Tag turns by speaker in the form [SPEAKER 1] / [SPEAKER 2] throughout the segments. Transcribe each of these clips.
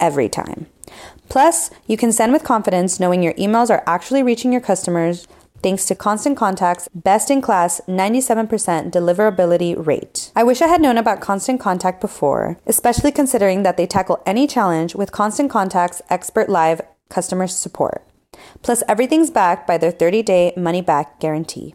[SPEAKER 1] every time. Plus, you can send with confidence knowing your emails are actually reaching your customers thanks to Constant Contact's best in class 97% deliverability rate. I wish I had known about Constant Contact before, especially considering that they tackle any challenge with Constant Contact's expert live customer support. Plus, everything's backed by their 30 day money back guarantee.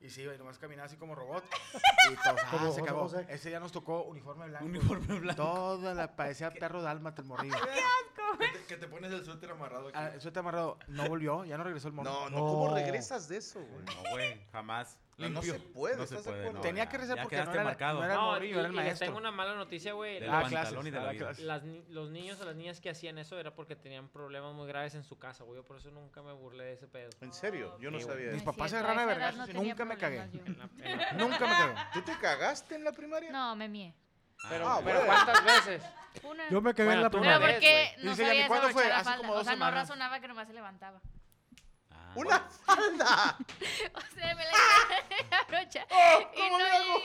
[SPEAKER 2] y se iba y nomás caminaba así como robot. Y todos, ah,
[SPEAKER 3] Como
[SPEAKER 2] se
[SPEAKER 3] oso,
[SPEAKER 2] acabó.
[SPEAKER 3] o sea.
[SPEAKER 2] Ese ya nos tocó uniforme blanco.
[SPEAKER 3] Uniforme blanco.
[SPEAKER 2] Toda la, parecía perro dálmata el morrillo.
[SPEAKER 3] Que te, que te pones el suéter amarrado aquí.
[SPEAKER 2] Ah, Eso está amarrado. No volvió, ya no regresó el morrillo.
[SPEAKER 4] No, no, ¿cómo
[SPEAKER 3] No.
[SPEAKER 4] regresas de eso, güey?
[SPEAKER 5] No, güey, jamás.
[SPEAKER 4] No, no se puede,
[SPEAKER 5] No se
[SPEAKER 4] ¿estás de
[SPEAKER 5] puede.
[SPEAKER 4] acuerdo?
[SPEAKER 5] no,
[SPEAKER 2] Tenía
[SPEAKER 5] ya-
[SPEAKER 2] que rezar
[SPEAKER 5] ya
[SPEAKER 2] porque no
[SPEAKER 5] quedaste
[SPEAKER 2] era, la-
[SPEAKER 5] marcado.
[SPEAKER 2] no era el
[SPEAKER 6] No, y,
[SPEAKER 2] morrillo, era el
[SPEAKER 6] y les
[SPEAKER 2] maestro.
[SPEAKER 6] tengo una mala noticia, güey.
[SPEAKER 5] Del
[SPEAKER 2] Ah,
[SPEAKER 6] Las-
[SPEAKER 2] claro.
[SPEAKER 5] pantalón y de
[SPEAKER 2] clases,
[SPEAKER 5] la
[SPEAKER 2] ah,
[SPEAKER 5] vida.
[SPEAKER 2] clases.
[SPEAKER 6] las ni- los niños o las niñas que hacían eso era porque tenían problemas muy graves en su casa, güey. Yo por eso nunca me burlé de ese pedo.
[SPEAKER 4] ¿En serio? Yo no
[SPEAKER 6] Sí, güey.
[SPEAKER 4] sabía
[SPEAKER 2] Mis
[SPEAKER 4] eso.
[SPEAKER 2] papás se
[SPEAKER 7] cierto,
[SPEAKER 2] agarraron a
[SPEAKER 7] a esa edad
[SPEAKER 2] vergazos
[SPEAKER 7] no
[SPEAKER 2] y
[SPEAKER 7] tenía
[SPEAKER 2] nunca me cagué.
[SPEAKER 7] problemas yo.
[SPEAKER 6] En la- en la-
[SPEAKER 2] Nunca me cagué.
[SPEAKER 4] ¿Tú te cagaste en la primaria?
[SPEAKER 7] No, me mié.
[SPEAKER 6] Pero,
[SPEAKER 4] Ah,
[SPEAKER 6] pero
[SPEAKER 4] bueno.
[SPEAKER 6] ¿cuántas veces?
[SPEAKER 7] Una.
[SPEAKER 3] Yo me quedé
[SPEAKER 6] Bueno,
[SPEAKER 3] en la
[SPEAKER 6] tú
[SPEAKER 7] pero
[SPEAKER 6] una
[SPEAKER 3] primera.
[SPEAKER 6] vez.
[SPEAKER 7] porque
[SPEAKER 2] güey.
[SPEAKER 7] no
[SPEAKER 2] Dice, "¿Y
[SPEAKER 7] sabía
[SPEAKER 2] cuándo
[SPEAKER 7] abrochar
[SPEAKER 2] fue?
[SPEAKER 7] la
[SPEAKER 2] Hace
[SPEAKER 7] falda".
[SPEAKER 2] como
[SPEAKER 7] O
[SPEAKER 2] dos
[SPEAKER 7] sea, no
[SPEAKER 2] semanas.
[SPEAKER 7] razonaba que nomás se levantaba.
[SPEAKER 5] Ah,
[SPEAKER 4] ¡Una falda!
[SPEAKER 7] O sea, me la la brocha.
[SPEAKER 2] Oh,
[SPEAKER 7] y, no llegué.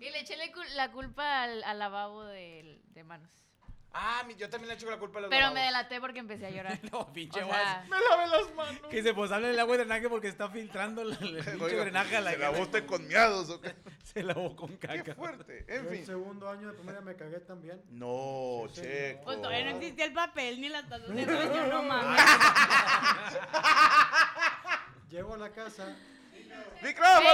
[SPEAKER 7] y le eché la cul- la culpa al, al lavabo de, de manos.
[SPEAKER 2] Ah, mi- yo también le echo la culpa a los
[SPEAKER 7] Pero
[SPEAKER 2] lavabos.
[SPEAKER 7] me delaté porque empecé a llorar.
[SPEAKER 3] No, pinche
[SPEAKER 7] o sea,
[SPEAKER 2] Me lavé las manos.
[SPEAKER 3] Que se posable el agua de drenaje porque está filtrando el, el pinche
[SPEAKER 4] Oiga, pues,
[SPEAKER 3] drenaje a la
[SPEAKER 4] se la bote con miados, ¿o qué?
[SPEAKER 3] Se lavó con caca.
[SPEAKER 4] Qué fuerte. En
[SPEAKER 3] En
[SPEAKER 4] fin.
[SPEAKER 3] segundo año de primaria me cagué también.
[SPEAKER 4] No, checo.
[SPEAKER 8] Pues todavía no existía el papel ni la taza de baño, no mames.
[SPEAKER 3] Llego a la casa.
[SPEAKER 4] ¡Micrófono!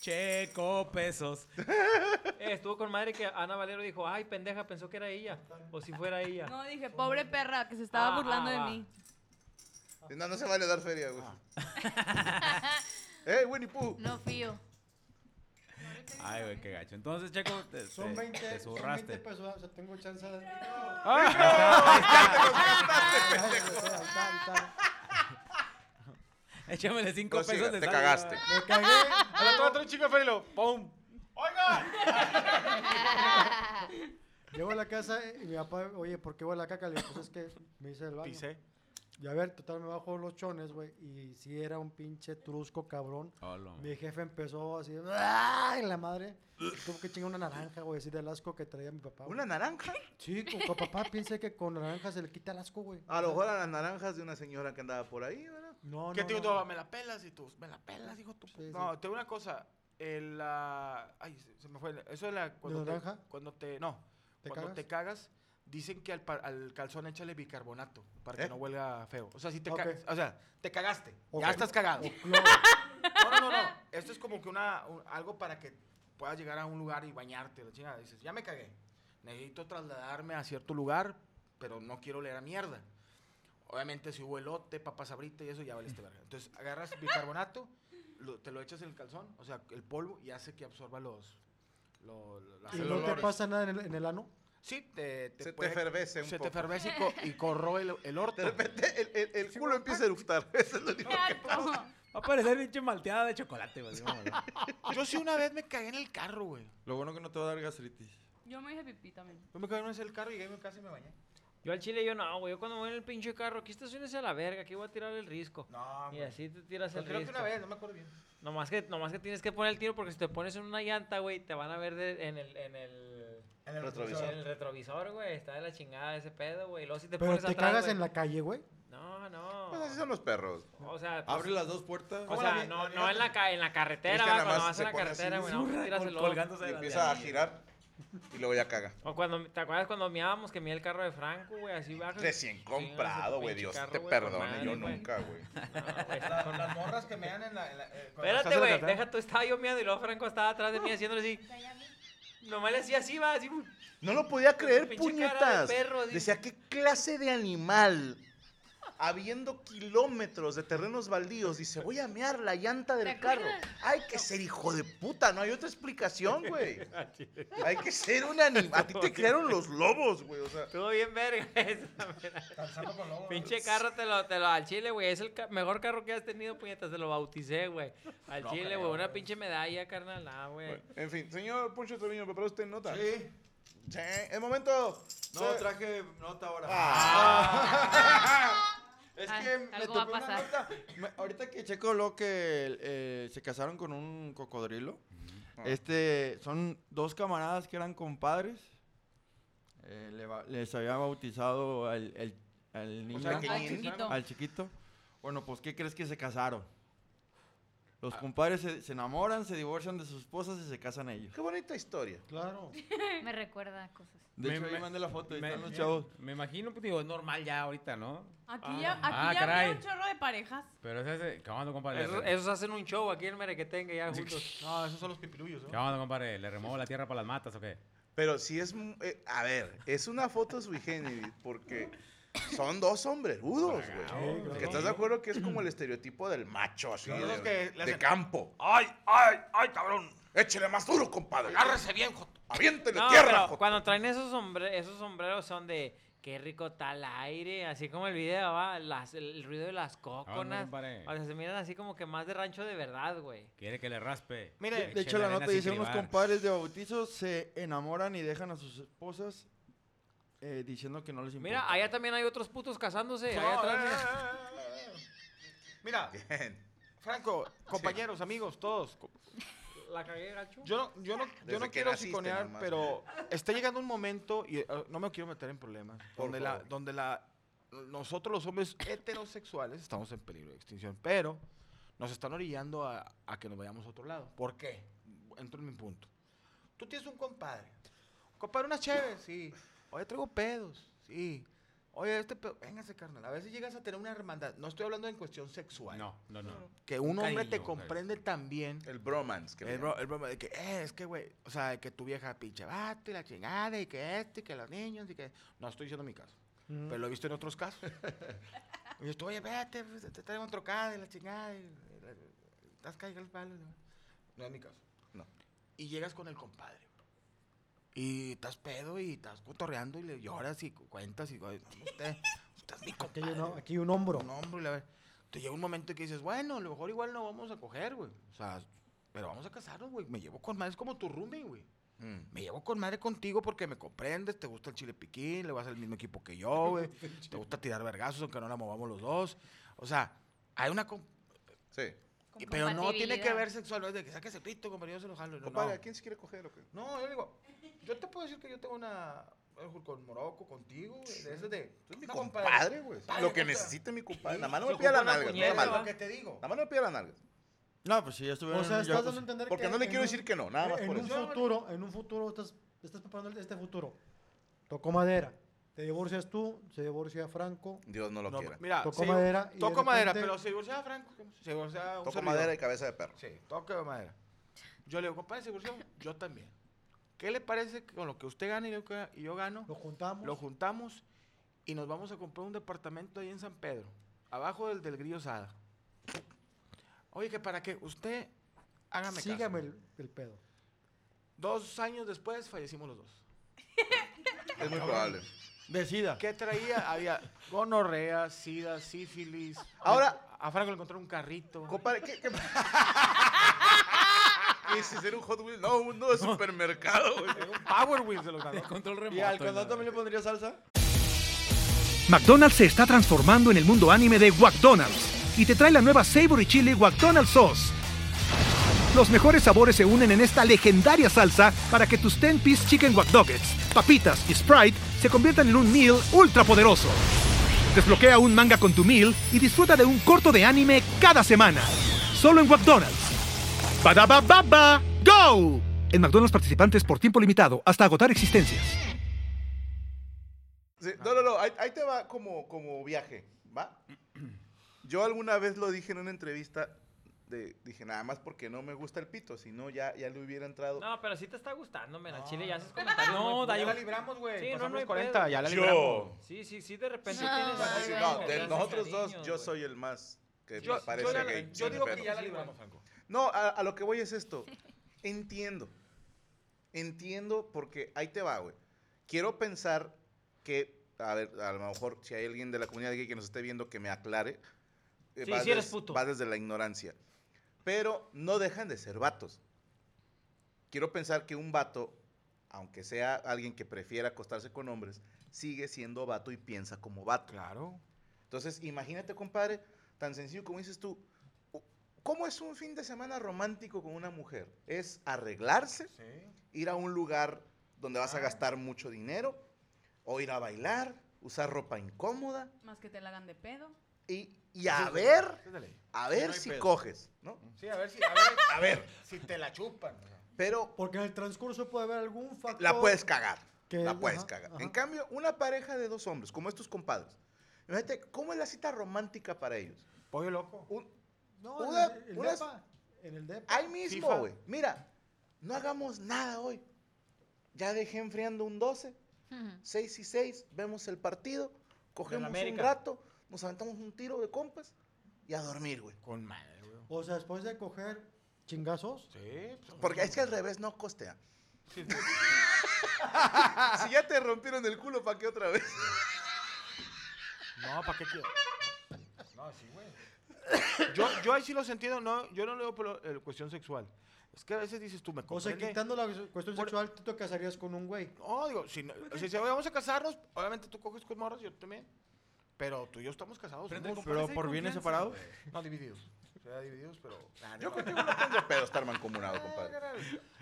[SPEAKER 3] Checo pesos.
[SPEAKER 6] Eh, estuvo con madre que Ana Valero dijo, ay, pendeja, pensó que era ella. O si fuera ella.
[SPEAKER 8] No, dije, pobre perra, que se estaba
[SPEAKER 6] Ah,
[SPEAKER 8] burlando
[SPEAKER 6] ah,
[SPEAKER 8] de
[SPEAKER 6] va.
[SPEAKER 8] mí.
[SPEAKER 4] No, no se vale dar feria, güey. ¡Eh, Winnie Pooh!
[SPEAKER 7] no fío.
[SPEAKER 5] Ay, güey, qué gacho. Entonces, Checo, te, te- te zurraste.
[SPEAKER 3] pesos, o sea, tengo chance de...
[SPEAKER 5] Échamele 5
[SPEAKER 4] Prosiga,
[SPEAKER 5] pesos de
[SPEAKER 4] te
[SPEAKER 5] saldo.
[SPEAKER 4] cagaste.
[SPEAKER 3] Me cagué.
[SPEAKER 2] A la otra chica Felo. ¡Pum! ¡Oiga!
[SPEAKER 3] Llego a la casa y mi papá, oye, ¿por qué huele la caca? Le digo, pues es que me hice el baño.
[SPEAKER 2] Dice.
[SPEAKER 3] Y a ver, total, me bajo los chones, güey. Y si era un pinche trusco cabrón.
[SPEAKER 5] Ah, Hola,
[SPEAKER 3] Mi jefe empezó así, ¡ah! en la madre. Tuvo que chingar una naranja, güey, así del asco que traía mi papá. güey.
[SPEAKER 4] ¿Una naranja?
[SPEAKER 3] Sí, tu tu papá piensa que con naranja se le quita el asco, güey.
[SPEAKER 4] A lo mejor a las naranjas de una señora que andaba por ahí, ¿verdad?
[SPEAKER 3] No,
[SPEAKER 2] ¿Qué
[SPEAKER 3] no,
[SPEAKER 2] te digo
[SPEAKER 3] no.
[SPEAKER 2] tú? Me la pelas y tú. Me la pelas, hijo tú.
[SPEAKER 3] Sí,
[SPEAKER 2] no,
[SPEAKER 3] sí.
[SPEAKER 2] te digo una cosa. El, ah, ay, se, se me fue. Eso de la. Cuando te,
[SPEAKER 3] naranja?
[SPEAKER 2] Cuando te. No.
[SPEAKER 3] ¿Te
[SPEAKER 2] cuando
[SPEAKER 3] cagas?
[SPEAKER 2] te cagas, dicen que al, pa- al calzón échale bicarbonato para que
[SPEAKER 4] ¿Eh?
[SPEAKER 2] no huelga feo. O sea, si te
[SPEAKER 3] Ok.
[SPEAKER 2] cagas. O sea, te cagaste.
[SPEAKER 3] Ok.
[SPEAKER 2] Ya estás cagado.
[SPEAKER 3] No,
[SPEAKER 2] No, no, no, no. Esto es como que una, un- algo para que puedas llegar a un lugar y bañarte. La chingada dices, ya me cagué. Necesito trasladarme a cierto lugar, pero no quiero leer a mierda. Obviamente, si hubo elote, papas sabrita y eso, ya valiste verga. Entonces, agarras bicarbonato, lo- te lo echas en el calzón, o sea, el polvo, y hace que absorba los. lo- lo- las
[SPEAKER 3] ¿Y no te
[SPEAKER 2] olores.
[SPEAKER 3] pasa nada en el, en el ano?
[SPEAKER 2] Sí, te, te
[SPEAKER 4] Se te
[SPEAKER 2] puede-
[SPEAKER 4] efervece un
[SPEAKER 2] se te
[SPEAKER 4] poco.
[SPEAKER 2] efervece y, co- y corroe el, el orto.
[SPEAKER 4] De repente el, el- el culo empieza a eructar. Eso es lo único que pasa.
[SPEAKER 9] a parecer pinche malteada de chocolate, güey.
[SPEAKER 2] Yo sí una vez me cagué en el carro, güey.
[SPEAKER 4] Lo bueno que no te va a dar gastritis.
[SPEAKER 8] Yo me hice pipí también.
[SPEAKER 2] Yo me cagué en el carro y llegué a mi casa y me bañé.
[SPEAKER 6] Yo al chile yo no, güey. Yo cuando voy en el pinche carro, aquí estaciones a la verga, aquí voy a tirar el risco.
[SPEAKER 2] No,
[SPEAKER 6] Y así te tiras
[SPEAKER 4] Pues
[SPEAKER 2] Pero
[SPEAKER 6] el
[SPEAKER 2] creo que
[SPEAKER 6] risco.
[SPEAKER 2] una vez, no me acuerdo bien.
[SPEAKER 6] Nomás que, nomás que tienes que poner el tiro porque si te pones en una llanta, güey, te van a ver de- en el... En el...
[SPEAKER 2] En el retrovisor.
[SPEAKER 6] En el retrovisor, güey. Está de la chingada ese pedo, güey. Luego si te
[SPEAKER 3] Pero
[SPEAKER 6] pones
[SPEAKER 3] te
[SPEAKER 6] atrás,
[SPEAKER 3] cagas
[SPEAKER 6] güey.
[SPEAKER 3] en la calle, güey.
[SPEAKER 6] No, no.
[SPEAKER 4] Pues así son los perros.
[SPEAKER 6] O sea,
[SPEAKER 4] Abre
[SPEAKER 6] pues-
[SPEAKER 4] las dos puertas.
[SPEAKER 6] O sea, no, no en la, ca- en la carretera,
[SPEAKER 4] Es que
[SPEAKER 6] va,
[SPEAKER 4] nada
[SPEAKER 6] cuando
[SPEAKER 4] más
[SPEAKER 6] vas en
[SPEAKER 4] se
[SPEAKER 6] la
[SPEAKER 4] pone
[SPEAKER 6] carretera,
[SPEAKER 4] así,
[SPEAKER 6] güey, no,
[SPEAKER 4] zurra,
[SPEAKER 6] tiras el
[SPEAKER 4] col-
[SPEAKER 6] lodo.
[SPEAKER 4] colgándose de Y la empieza a llanta. girar. Y luego ya caga.
[SPEAKER 6] O cuando, ¿te acuerdas cuando miábamos que mía el carro de Franco, güey? Así baja.
[SPEAKER 4] Recién comprado, güey. Dios te perdone. Yo nunca, güey.
[SPEAKER 2] Con las morras que me dan en la. en la- eh, cuando
[SPEAKER 6] Espérate,
[SPEAKER 2] estás en la
[SPEAKER 6] güey,
[SPEAKER 2] carretera.
[SPEAKER 6] deja tú, estaba yo miado y luego Franco estaba atrás de mí haciéndole así. Nomás le hacía así, va, así. mm,
[SPEAKER 4] No lo podía creer,
[SPEAKER 6] pinche cara de
[SPEAKER 4] puñetas.
[SPEAKER 6] perro, así.
[SPEAKER 4] Decía, ¿qué clase de animal? Habiendo kilómetros de terrenos baldíos, dice, voy a mear la llanta del carro. Hay que ser hijo de puta, no hay otra explicación, güey. Hay que ser un animal. A ti te crearon los lobos, güey. O sea,
[SPEAKER 6] Estuvo bien verga esa, Pinche carro te lo, te lo al chile, güey. Es el ca- mejor carro que has tenido, puñetas, te lo bauticé, güey. Al
[SPEAKER 4] No
[SPEAKER 6] chile,
[SPEAKER 4] creo,
[SPEAKER 6] güey. Una pinche medalla, carnal, ah, güey.
[SPEAKER 4] En fin, señor Poncho Treviño, ¿preparó usted nota?
[SPEAKER 6] Sí.
[SPEAKER 4] Sí, es momento.
[SPEAKER 6] No,
[SPEAKER 4] traje nota ahora.
[SPEAKER 5] Ah.
[SPEAKER 10] Ah,
[SPEAKER 4] Ah.
[SPEAKER 10] Es
[SPEAKER 7] Al-
[SPEAKER 10] que me
[SPEAKER 7] Ah, algo va a
[SPEAKER 10] tocó una
[SPEAKER 7] pasar.
[SPEAKER 10] nota. Me- ahorita que Checo lo que eh, se casaron con un cocodrilo.
[SPEAKER 5] Ah.
[SPEAKER 10] Este, son dos camaradas que eran compadres. Eh, le ba- les había bautizado al, el- al niño.
[SPEAKER 4] sea, que Al ni- chiquito.
[SPEAKER 10] al chiquito. Bueno, pues, ¿qué crees que se casaron?
[SPEAKER 5] Ah.
[SPEAKER 10] Los compadres se, se enamoran, se divorcian de sus esposas y se casan ellos.
[SPEAKER 4] Qué bonita historia.
[SPEAKER 10] Claro.
[SPEAKER 7] Me recuerda a cosas.
[SPEAKER 10] De
[SPEAKER 5] Me-
[SPEAKER 10] hecho, ahí
[SPEAKER 5] me-
[SPEAKER 10] mandé la foto, ahí
[SPEAKER 5] me-
[SPEAKER 10] están los chavos.
[SPEAKER 5] Me imagino, pues digo, es normal ya ahorita, ¿no?
[SPEAKER 8] Aquí
[SPEAKER 5] Ah,
[SPEAKER 8] ya, aquí
[SPEAKER 5] ah,
[SPEAKER 8] ya
[SPEAKER 5] caray.
[SPEAKER 8] había un chorro de parejas.
[SPEAKER 5] Pero ese hace. ¿Qué onda, compadre?
[SPEAKER 6] Esos, esos hacen un show aquí en Merequetengue ya juntos.
[SPEAKER 2] No, esos son los pipirullos,
[SPEAKER 5] ¿Qué onda, compadre? ¿Le remuevo la tierra para las matas o qué?
[SPEAKER 4] Pero si es. m- eh, a ver, es una foto sui generis porque son dos hombrerudos, güey. Porque estás de acuerdo que es como el estereotipo del macho, así.
[SPEAKER 2] Son los
[SPEAKER 4] De,
[SPEAKER 2] que le
[SPEAKER 4] de
[SPEAKER 2] hacen-
[SPEAKER 4] campo. ¡Ay, ay, ay, cabrón! Échele más duro, compadre.
[SPEAKER 2] Agárrese bien, Joto.
[SPEAKER 4] Aviéntele
[SPEAKER 6] No,
[SPEAKER 4] tierra,
[SPEAKER 6] pero
[SPEAKER 4] Joto.
[SPEAKER 6] cuando traen esos, sombre- esos sombreros son de qué rico está el aire, así como el video, va, las- el, el ruido de las
[SPEAKER 5] Vámonos,
[SPEAKER 6] cóconas.
[SPEAKER 5] compadre.
[SPEAKER 6] o sea, se miran así como que más de rancho de verdad, güey.
[SPEAKER 5] Quiere que le raspe.
[SPEAKER 10] Mire,
[SPEAKER 5] Échale
[SPEAKER 10] de hecho la
[SPEAKER 5] arena
[SPEAKER 10] nota
[SPEAKER 5] sin
[SPEAKER 10] dice, unos
[SPEAKER 5] cribar.
[SPEAKER 10] compadres de bautizo se enamoran y dejan a sus esposas eh, diciendo que no les importa.
[SPEAKER 6] Mira, allá también hay otros putos casándose. allá atrás, mira.
[SPEAKER 2] Mira, Franco, compañeros, amigos, todos. co-
[SPEAKER 6] La cagué, gacho.
[SPEAKER 2] Yo no, yo no, yo
[SPEAKER 4] Desde
[SPEAKER 2] no
[SPEAKER 4] que
[SPEAKER 2] quiero
[SPEAKER 4] naciste
[SPEAKER 2] psiconear,
[SPEAKER 4] nomás,
[SPEAKER 2] pero está llegando un momento, y eh, no me quiero meter en problemas,
[SPEAKER 4] Por
[SPEAKER 2] donde la,
[SPEAKER 4] favor.
[SPEAKER 2] donde la nosotros los hombres heterosexuales estamos en peligro de extinción, pero nos están orillando a, a que nos vayamos a otro lado. ¿Por qué? Entro en mi punto. Tú tienes un compadre. Compadre, unas chéves, sí. Oye, traigo pedos, sí. Oye, este pedo, véngase, carnal. A veces llegas a tener una hermandad. No estoy hablando en cuestión sexual.
[SPEAKER 5] No, no, no.
[SPEAKER 2] Que un, hombre
[SPEAKER 5] cariño,
[SPEAKER 2] te
[SPEAKER 5] un
[SPEAKER 2] comprende también.
[SPEAKER 4] El bromance. Que le
[SPEAKER 2] El, bro- el broma de que, eh, es que, güey, o sea, de que tu vieja pinche vato y la chingada y que este y que los niños y que... No estoy diciendo mi caso,
[SPEAKER 3] Ujú.
[SPEAKER 2] pero lo he visto en otros casos. y yo, oye, vete, pues, te traigo un trocado y la chingada y... la- Estás cayendo el palo. ¿no? No es mi caso.
[SPEAKER 4] No.
[SPEAKER 2] Y llegas con el compadre. Y estás pedo y estás cotorreando y le lloras y cu- cuentas y... güey, no, usted, usted es mi compadre.
[SPEAKER 3] Aquí hay, un, aquí hay un hombro.
[SPEAKER 2] Un hombro y la ve- Te llega un momento que dices, bueno, a lo mejor igual no vamos a coger, güey. O sea, pero vamos a casarnos, güey. Me llevo con madre, es como tu roomie, güey.
[SPEAKER 4] Mm,
[SPEAKER 2] Me llevo con madre contigo porque me comprendes, te gusta el chile piquín, le vas al mismo equipo que yo, güey. te gusta tirar vergazos aunque no la movamos los dos. O sea, hay una... com-
[SPEAKER 4] Sí.
[SPEAKER 2] y- Pero no tiene que
[SPEAKER 4] compatibilidad.
[SPEAKER 2] ver sexual, no es de que saques el pito, compañero, yo se lo jalo. No,
[SPEAKER 4] Compadre,
[SPEAKER 2] no.
[SPEAKER 4] ¿a quién se quiere coger o qué?
[SPEAKER 2] No, yo le digo, yo te puedo decir que yo tengo una. Con Morocco, contigo, güey, de ese de. Tú eres mi
[SPEAKER 4] Compadre, güey. Lo que necesite mi compadre. Nada más no me pida la nalga. Nada más.
[SPEAKER 2] Lo que te digo.
[SPEAKER 4] Nada más no me pida la nalga.
[SPEAKER 10] No, pues si ya estuvieron...
[SPEAKER 3] O sea,
[SPEAKER 10] en- ya,
[SPEAKER 3] estás
[SPEAKER 10] pues,
[SPEAKER 3] dando a entender
[SPEAKER 4] porque
[SPEAKER 3] que
[SPEAKER 4] no le
[SPEAKER 3] en
[SPEAKER 4] quiero
[SPEAKER 3] un-
[SPEAKER 4] decir que no, nada más
[SPEAKER 3] en
[SPEAKER 4] por
[SPEAKER 3] un
[SPEAKER 4] eso.
[SPEAKER 3] futuro, en un futuro estás, estás preparando este futuro. Tocó madera. Te divorcias tú, se divorcia Franco.
[SPEAKER 4] Dios no lo quiera.
[SPEAKER 2] Mira,
[SPEAKER 3] Tocó
[SPEAKER 2] se-
[SPEAKER 3] madera y de
[SPEAKER 2] Toco madera,
[SPEAKER 3] repente-
[SPEAKER 2] pero se divorciaba Franco. Se divorciaba un
[SPEAKER 4] Toco
[SPEAKER 2] servidor.
[SPEAKER 4] madera y cabeza de perro.
[SPEAKER 2] Sí, toco madera. Yo le digo, compadre, se divorció. Yo también. ¿Qué le parece que con lo que usted gana y yo, ga- y yo gano? Lo
[SPEAKER 3] juntamos.
[SPEAKER 2] Lo juntamos y nos vamos a comprar un departamento ahí en San Pedro, abajo del del Grillo Sada. Oye, que para que usted hágame caso.
[SPEAKER 3] Sígame el, el pedo.
[SPEAKER 2] Dos años después fallecimos los dos.
[SPEAKER 4] Es muy probable.
[SPEAKER 10] Decida.
[SPEAKER 2] ¿Qué traía? Había gonorrea, sida, sífilis.
[SPEAKER 4] Ahora,
[SPEAKER 2] A Franco le encontró un carrito.
[SPEAKER 4] Compadre, ¿qué? qué? Y si era un Hot Wheels, no, uno de supermercado, güey.
[SPEAKER 2] un Power Wheels de los ganó.
[SPEAKER 4] control
[SPEAKER 10] ¿Y al condón también le pondría salsa?
[SPEAKER 11] McDonald's se está transformando en el mundo anime de McDonald's y te trae la nueva Savory Chili McDonald's Sauce. Los mejores sabores se unen en esta legendaria salsa para que tus 10-piece chicken Wack Doggets, papitas y Sprite se conviertan en un meal ultra poderoso. Desbloquea un manga con tu meal y disfruta de un corto de anime cada semana. Solo en McDonald's. Badaba baba, go. En McDonald's participantes por tiempo limitado hasta agotar existencias.
[SPEAKER 4] Sí, No, no, no, ahí, ahí te va como, como viaje, ¿va? Yo alguna vez lo dije en una entrevista, de, dije, nada más porque no me gusta el pito, si no ya, ya le hubiera entrado.
[SPEAKER 6] No, pero sí te está gustando, men. Al chile ya haces comentarios.
[SPEAKER 2] No,
[SPEAKER 6] muy
[SPEAKER 2] da
[SPEAKER 6] culeros.
[SPEAKER 2] igual. Ya la libramos, güey.
[SPEAKER 6] Sí, no,
[SPEAKER 2] Pasamos
[SPEAKER 6] no hay
[SPEAKER 2] 40,
[SPEAKER 6] pedo.
[SPEAKER 2] ya la Yo. libramos.
[SPEAKER 6] Sí, sí, sí, de repente
[SPEAKER 2] No,
[SPEAKER 6] tienes...
[SPEAKER 2] no,
[SPEAKER 6] algo,
[SPEAKER 4] No,
[SPEAKER 6] güey,
[SPEAKER 4] de
[SPEAKER 6] haces
[SPEAKER 4] nosotros dos,
[SPEAKER 6] cariño,
[SPEAKER 4] yo
[SPEAKER 6] güey.
[SPEAKER 4] soy el más que
[SPEAKER 6] Yo-
[SPEAKER 4] me
[SPEAKER 6] yo
[SPEAKER 4] parece
[SPEAKER 6] la-
[SPEAKER 4] gay.
[SPEAKER 6] yo
[SPEAKER 4] sin
[SPEAKER 6] digo que
[SPEAKER 4] pedo.
[SPEAKER 6] ya la libramos, Franco.
[SPEAKER 4] No, a, a lo que voy es esto. Entiendo. Entiendo porque ahí te va, güey. Quiero pensar que, a ver, a lo mejor si hay alguien de la comunidad gay que nos esté viendo que me aclare. eh,
[SPEAKER 6] Sí,
[SPEAKER 4] va
[SPEAKER 6] sí eres
[SPEAKER 4] des-
[SPEAKER 6] puto.
[SPEAKER 4] Va desde la ignorancia. Pero no dejan de ser vatos. Quiero pensar que un vato, aunque sea alguien que prefiera acostarse con hombres, sigue siendo vato y piensa como vato.
[SPEAKER 2] Claro.
[SPEAKER 4] Entonces, imagínate, compadre, tan sencillo como dices tú, u- ¿cómo es un fin de semana romántico con una mujer? Es arreglarse, ir a un lugar donde vas a
[SPEAKER 8] Ah.
[SPEAKER 4] gastar mucho dinero, o ir a bailar, usar ropa incómoda
[SPEAKER 8] Más que te la hagan de pedo.
[SPEAKER 4] y, y a ver, a
[SPEAKER 8] Sí,
[SPEAKER 4] ver
[SPEAKER 8] no hay
[SPEAKER 4] si
[SPEAKER 8] pedo.
[SPEAKER 4] coges, ¿no?
[SPEAKER 2] Sí, a ver si, a ver,
[SPEAKER 4] A ver.
[SPEAKER 2] si te la chupan.
[SPEAKER 4] Pero
[SPEAKER 3] Porque en el transcurso puede haber algún factor.
[SPEAKER 4] la puedes cagar.
[SPEAKER 3] que-
[SPEAKER 4] la puedes
[SPEAKER 3] ajá,
[SPEAKER 4] cagar.
[SPEAKER 3] ajá.
[SPEAKER 4] En cambio, una pareja de dos hombres, como estos compadres, imagínate, ¿cómo es la cita romántica para ellos?
[SPEAKER 2] Pollo loco.
[SPEAKER 3] No,
[SPEAKER 4] Una-
[SPEAKER 3] en, el, el
[SPEAKER 4] unas-
[SPEAKER 3] depa, en el depa.
[SPEAKER 4] Ahí mismo,
[SPEAKER 3] FIFA.
[SPEAKER 4] güey. Mira, no hagamos nada hoy. Ya dejé enfriando un 12, 6 y 6, vemos el partido, cogemos un
[SPEAKER 3] América.
[SPEAKER 4] rato, nos aventamos un tiro de compas y a dormir, güey.
[SPEAKER 2] Con madre, güey.
[SPEAKER 3] O sea, después de coger chingazos.
[SPEAKER 2] Sí. pues,
[SPEAKER 4] Porque es que al revés no costea. si ya te rompieron el culo, ¿para qué otra vez?
[SPEAKER 2] No, ¿para qué quiero? No, sí, güey. Yo, yo ahí sí los entiendo, no, yo no lo veo por lo- eh, cuestión sexual. Es que a veces dices tú, me
[SPEAKER 3] O sea,
[SPEAKER 2] comprende?
[SPEAKER 3] quitando la cuestión sexual, tú te casarías con un güey.
[SPEAKER 2] No, digo, si, no- si se- vamos a casarnos, obviamente tú coges con morras, yo también. Pero tú y yo estamos casados.
[SPEAKER 10] Pero
[SPEAKER 2] somos-
[SPEAKER 10] entre compadres Pero hay por bienes confianza, separados.
[SPEAKER 2] No, divididos. O sea, divididos, pero... Ah,
[SPEAKER 4] Yo
[SPEAKER 2] no.
[SPEAKER 4] contigo no tendría pedo estar mancomunado, compadre.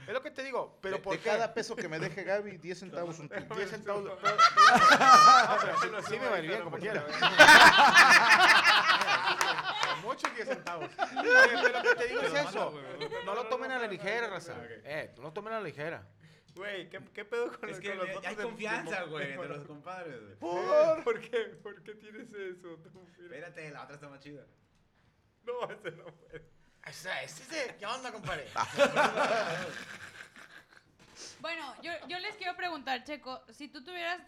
[SPEAKER 2] Es lo que te digo, pero
[SPEAKER 4] de,
[SPEAKER 2] por
[SPEAKER 4] de cada peso que me deje Gaby, 10 centavos un tiro.
[SPEAKER 2] 10 centavos. de- pero- No, pero sí, sí me valdría como quiera. Con Muchos 10 centavos. Oye, Pero lo que te digo es
[SPEAKER 6] Pero
[SPEAKER 2] eso.
[SPEAKER 6] malo, güey.
[SPEAKER 2] No lo tomen a la ligera, raza. Eh, no lo tomen a la ligera.
[SPEAKER 6] Güey, ¿qué, qué pedo con,
[SPEAKER 2] Es
[SPEAKER 6] el-
[SPEAKER 2] que
[SPEAKER 6] con los
[SPEAKER 2] hay
[SPEAKER 6] vatos de-
[SPEAKER 2] confianza,
[SPEAKER 6] de-
[SPEAKER 2] güey,
[SPEAKER 6] de-
[SPEAKER 2] entre los
[SPEAKER 9] compadres, güey.
[SPEAKER 4] ¿Por?
[SPEAKER 6] ¿Por qué? ¿Por qué tienes eso? tú? Mira.
[SPEAKER 9] Espérate, la otra está más chida.
[SPEAKER 6] No, ese no puede.
[SPEAKER 2] Ese, ese, ¿qué onda, compadre?
[SPEAKER 8] Bueno, yo, yo les quiero preguntar, Checo, si tú tuvieras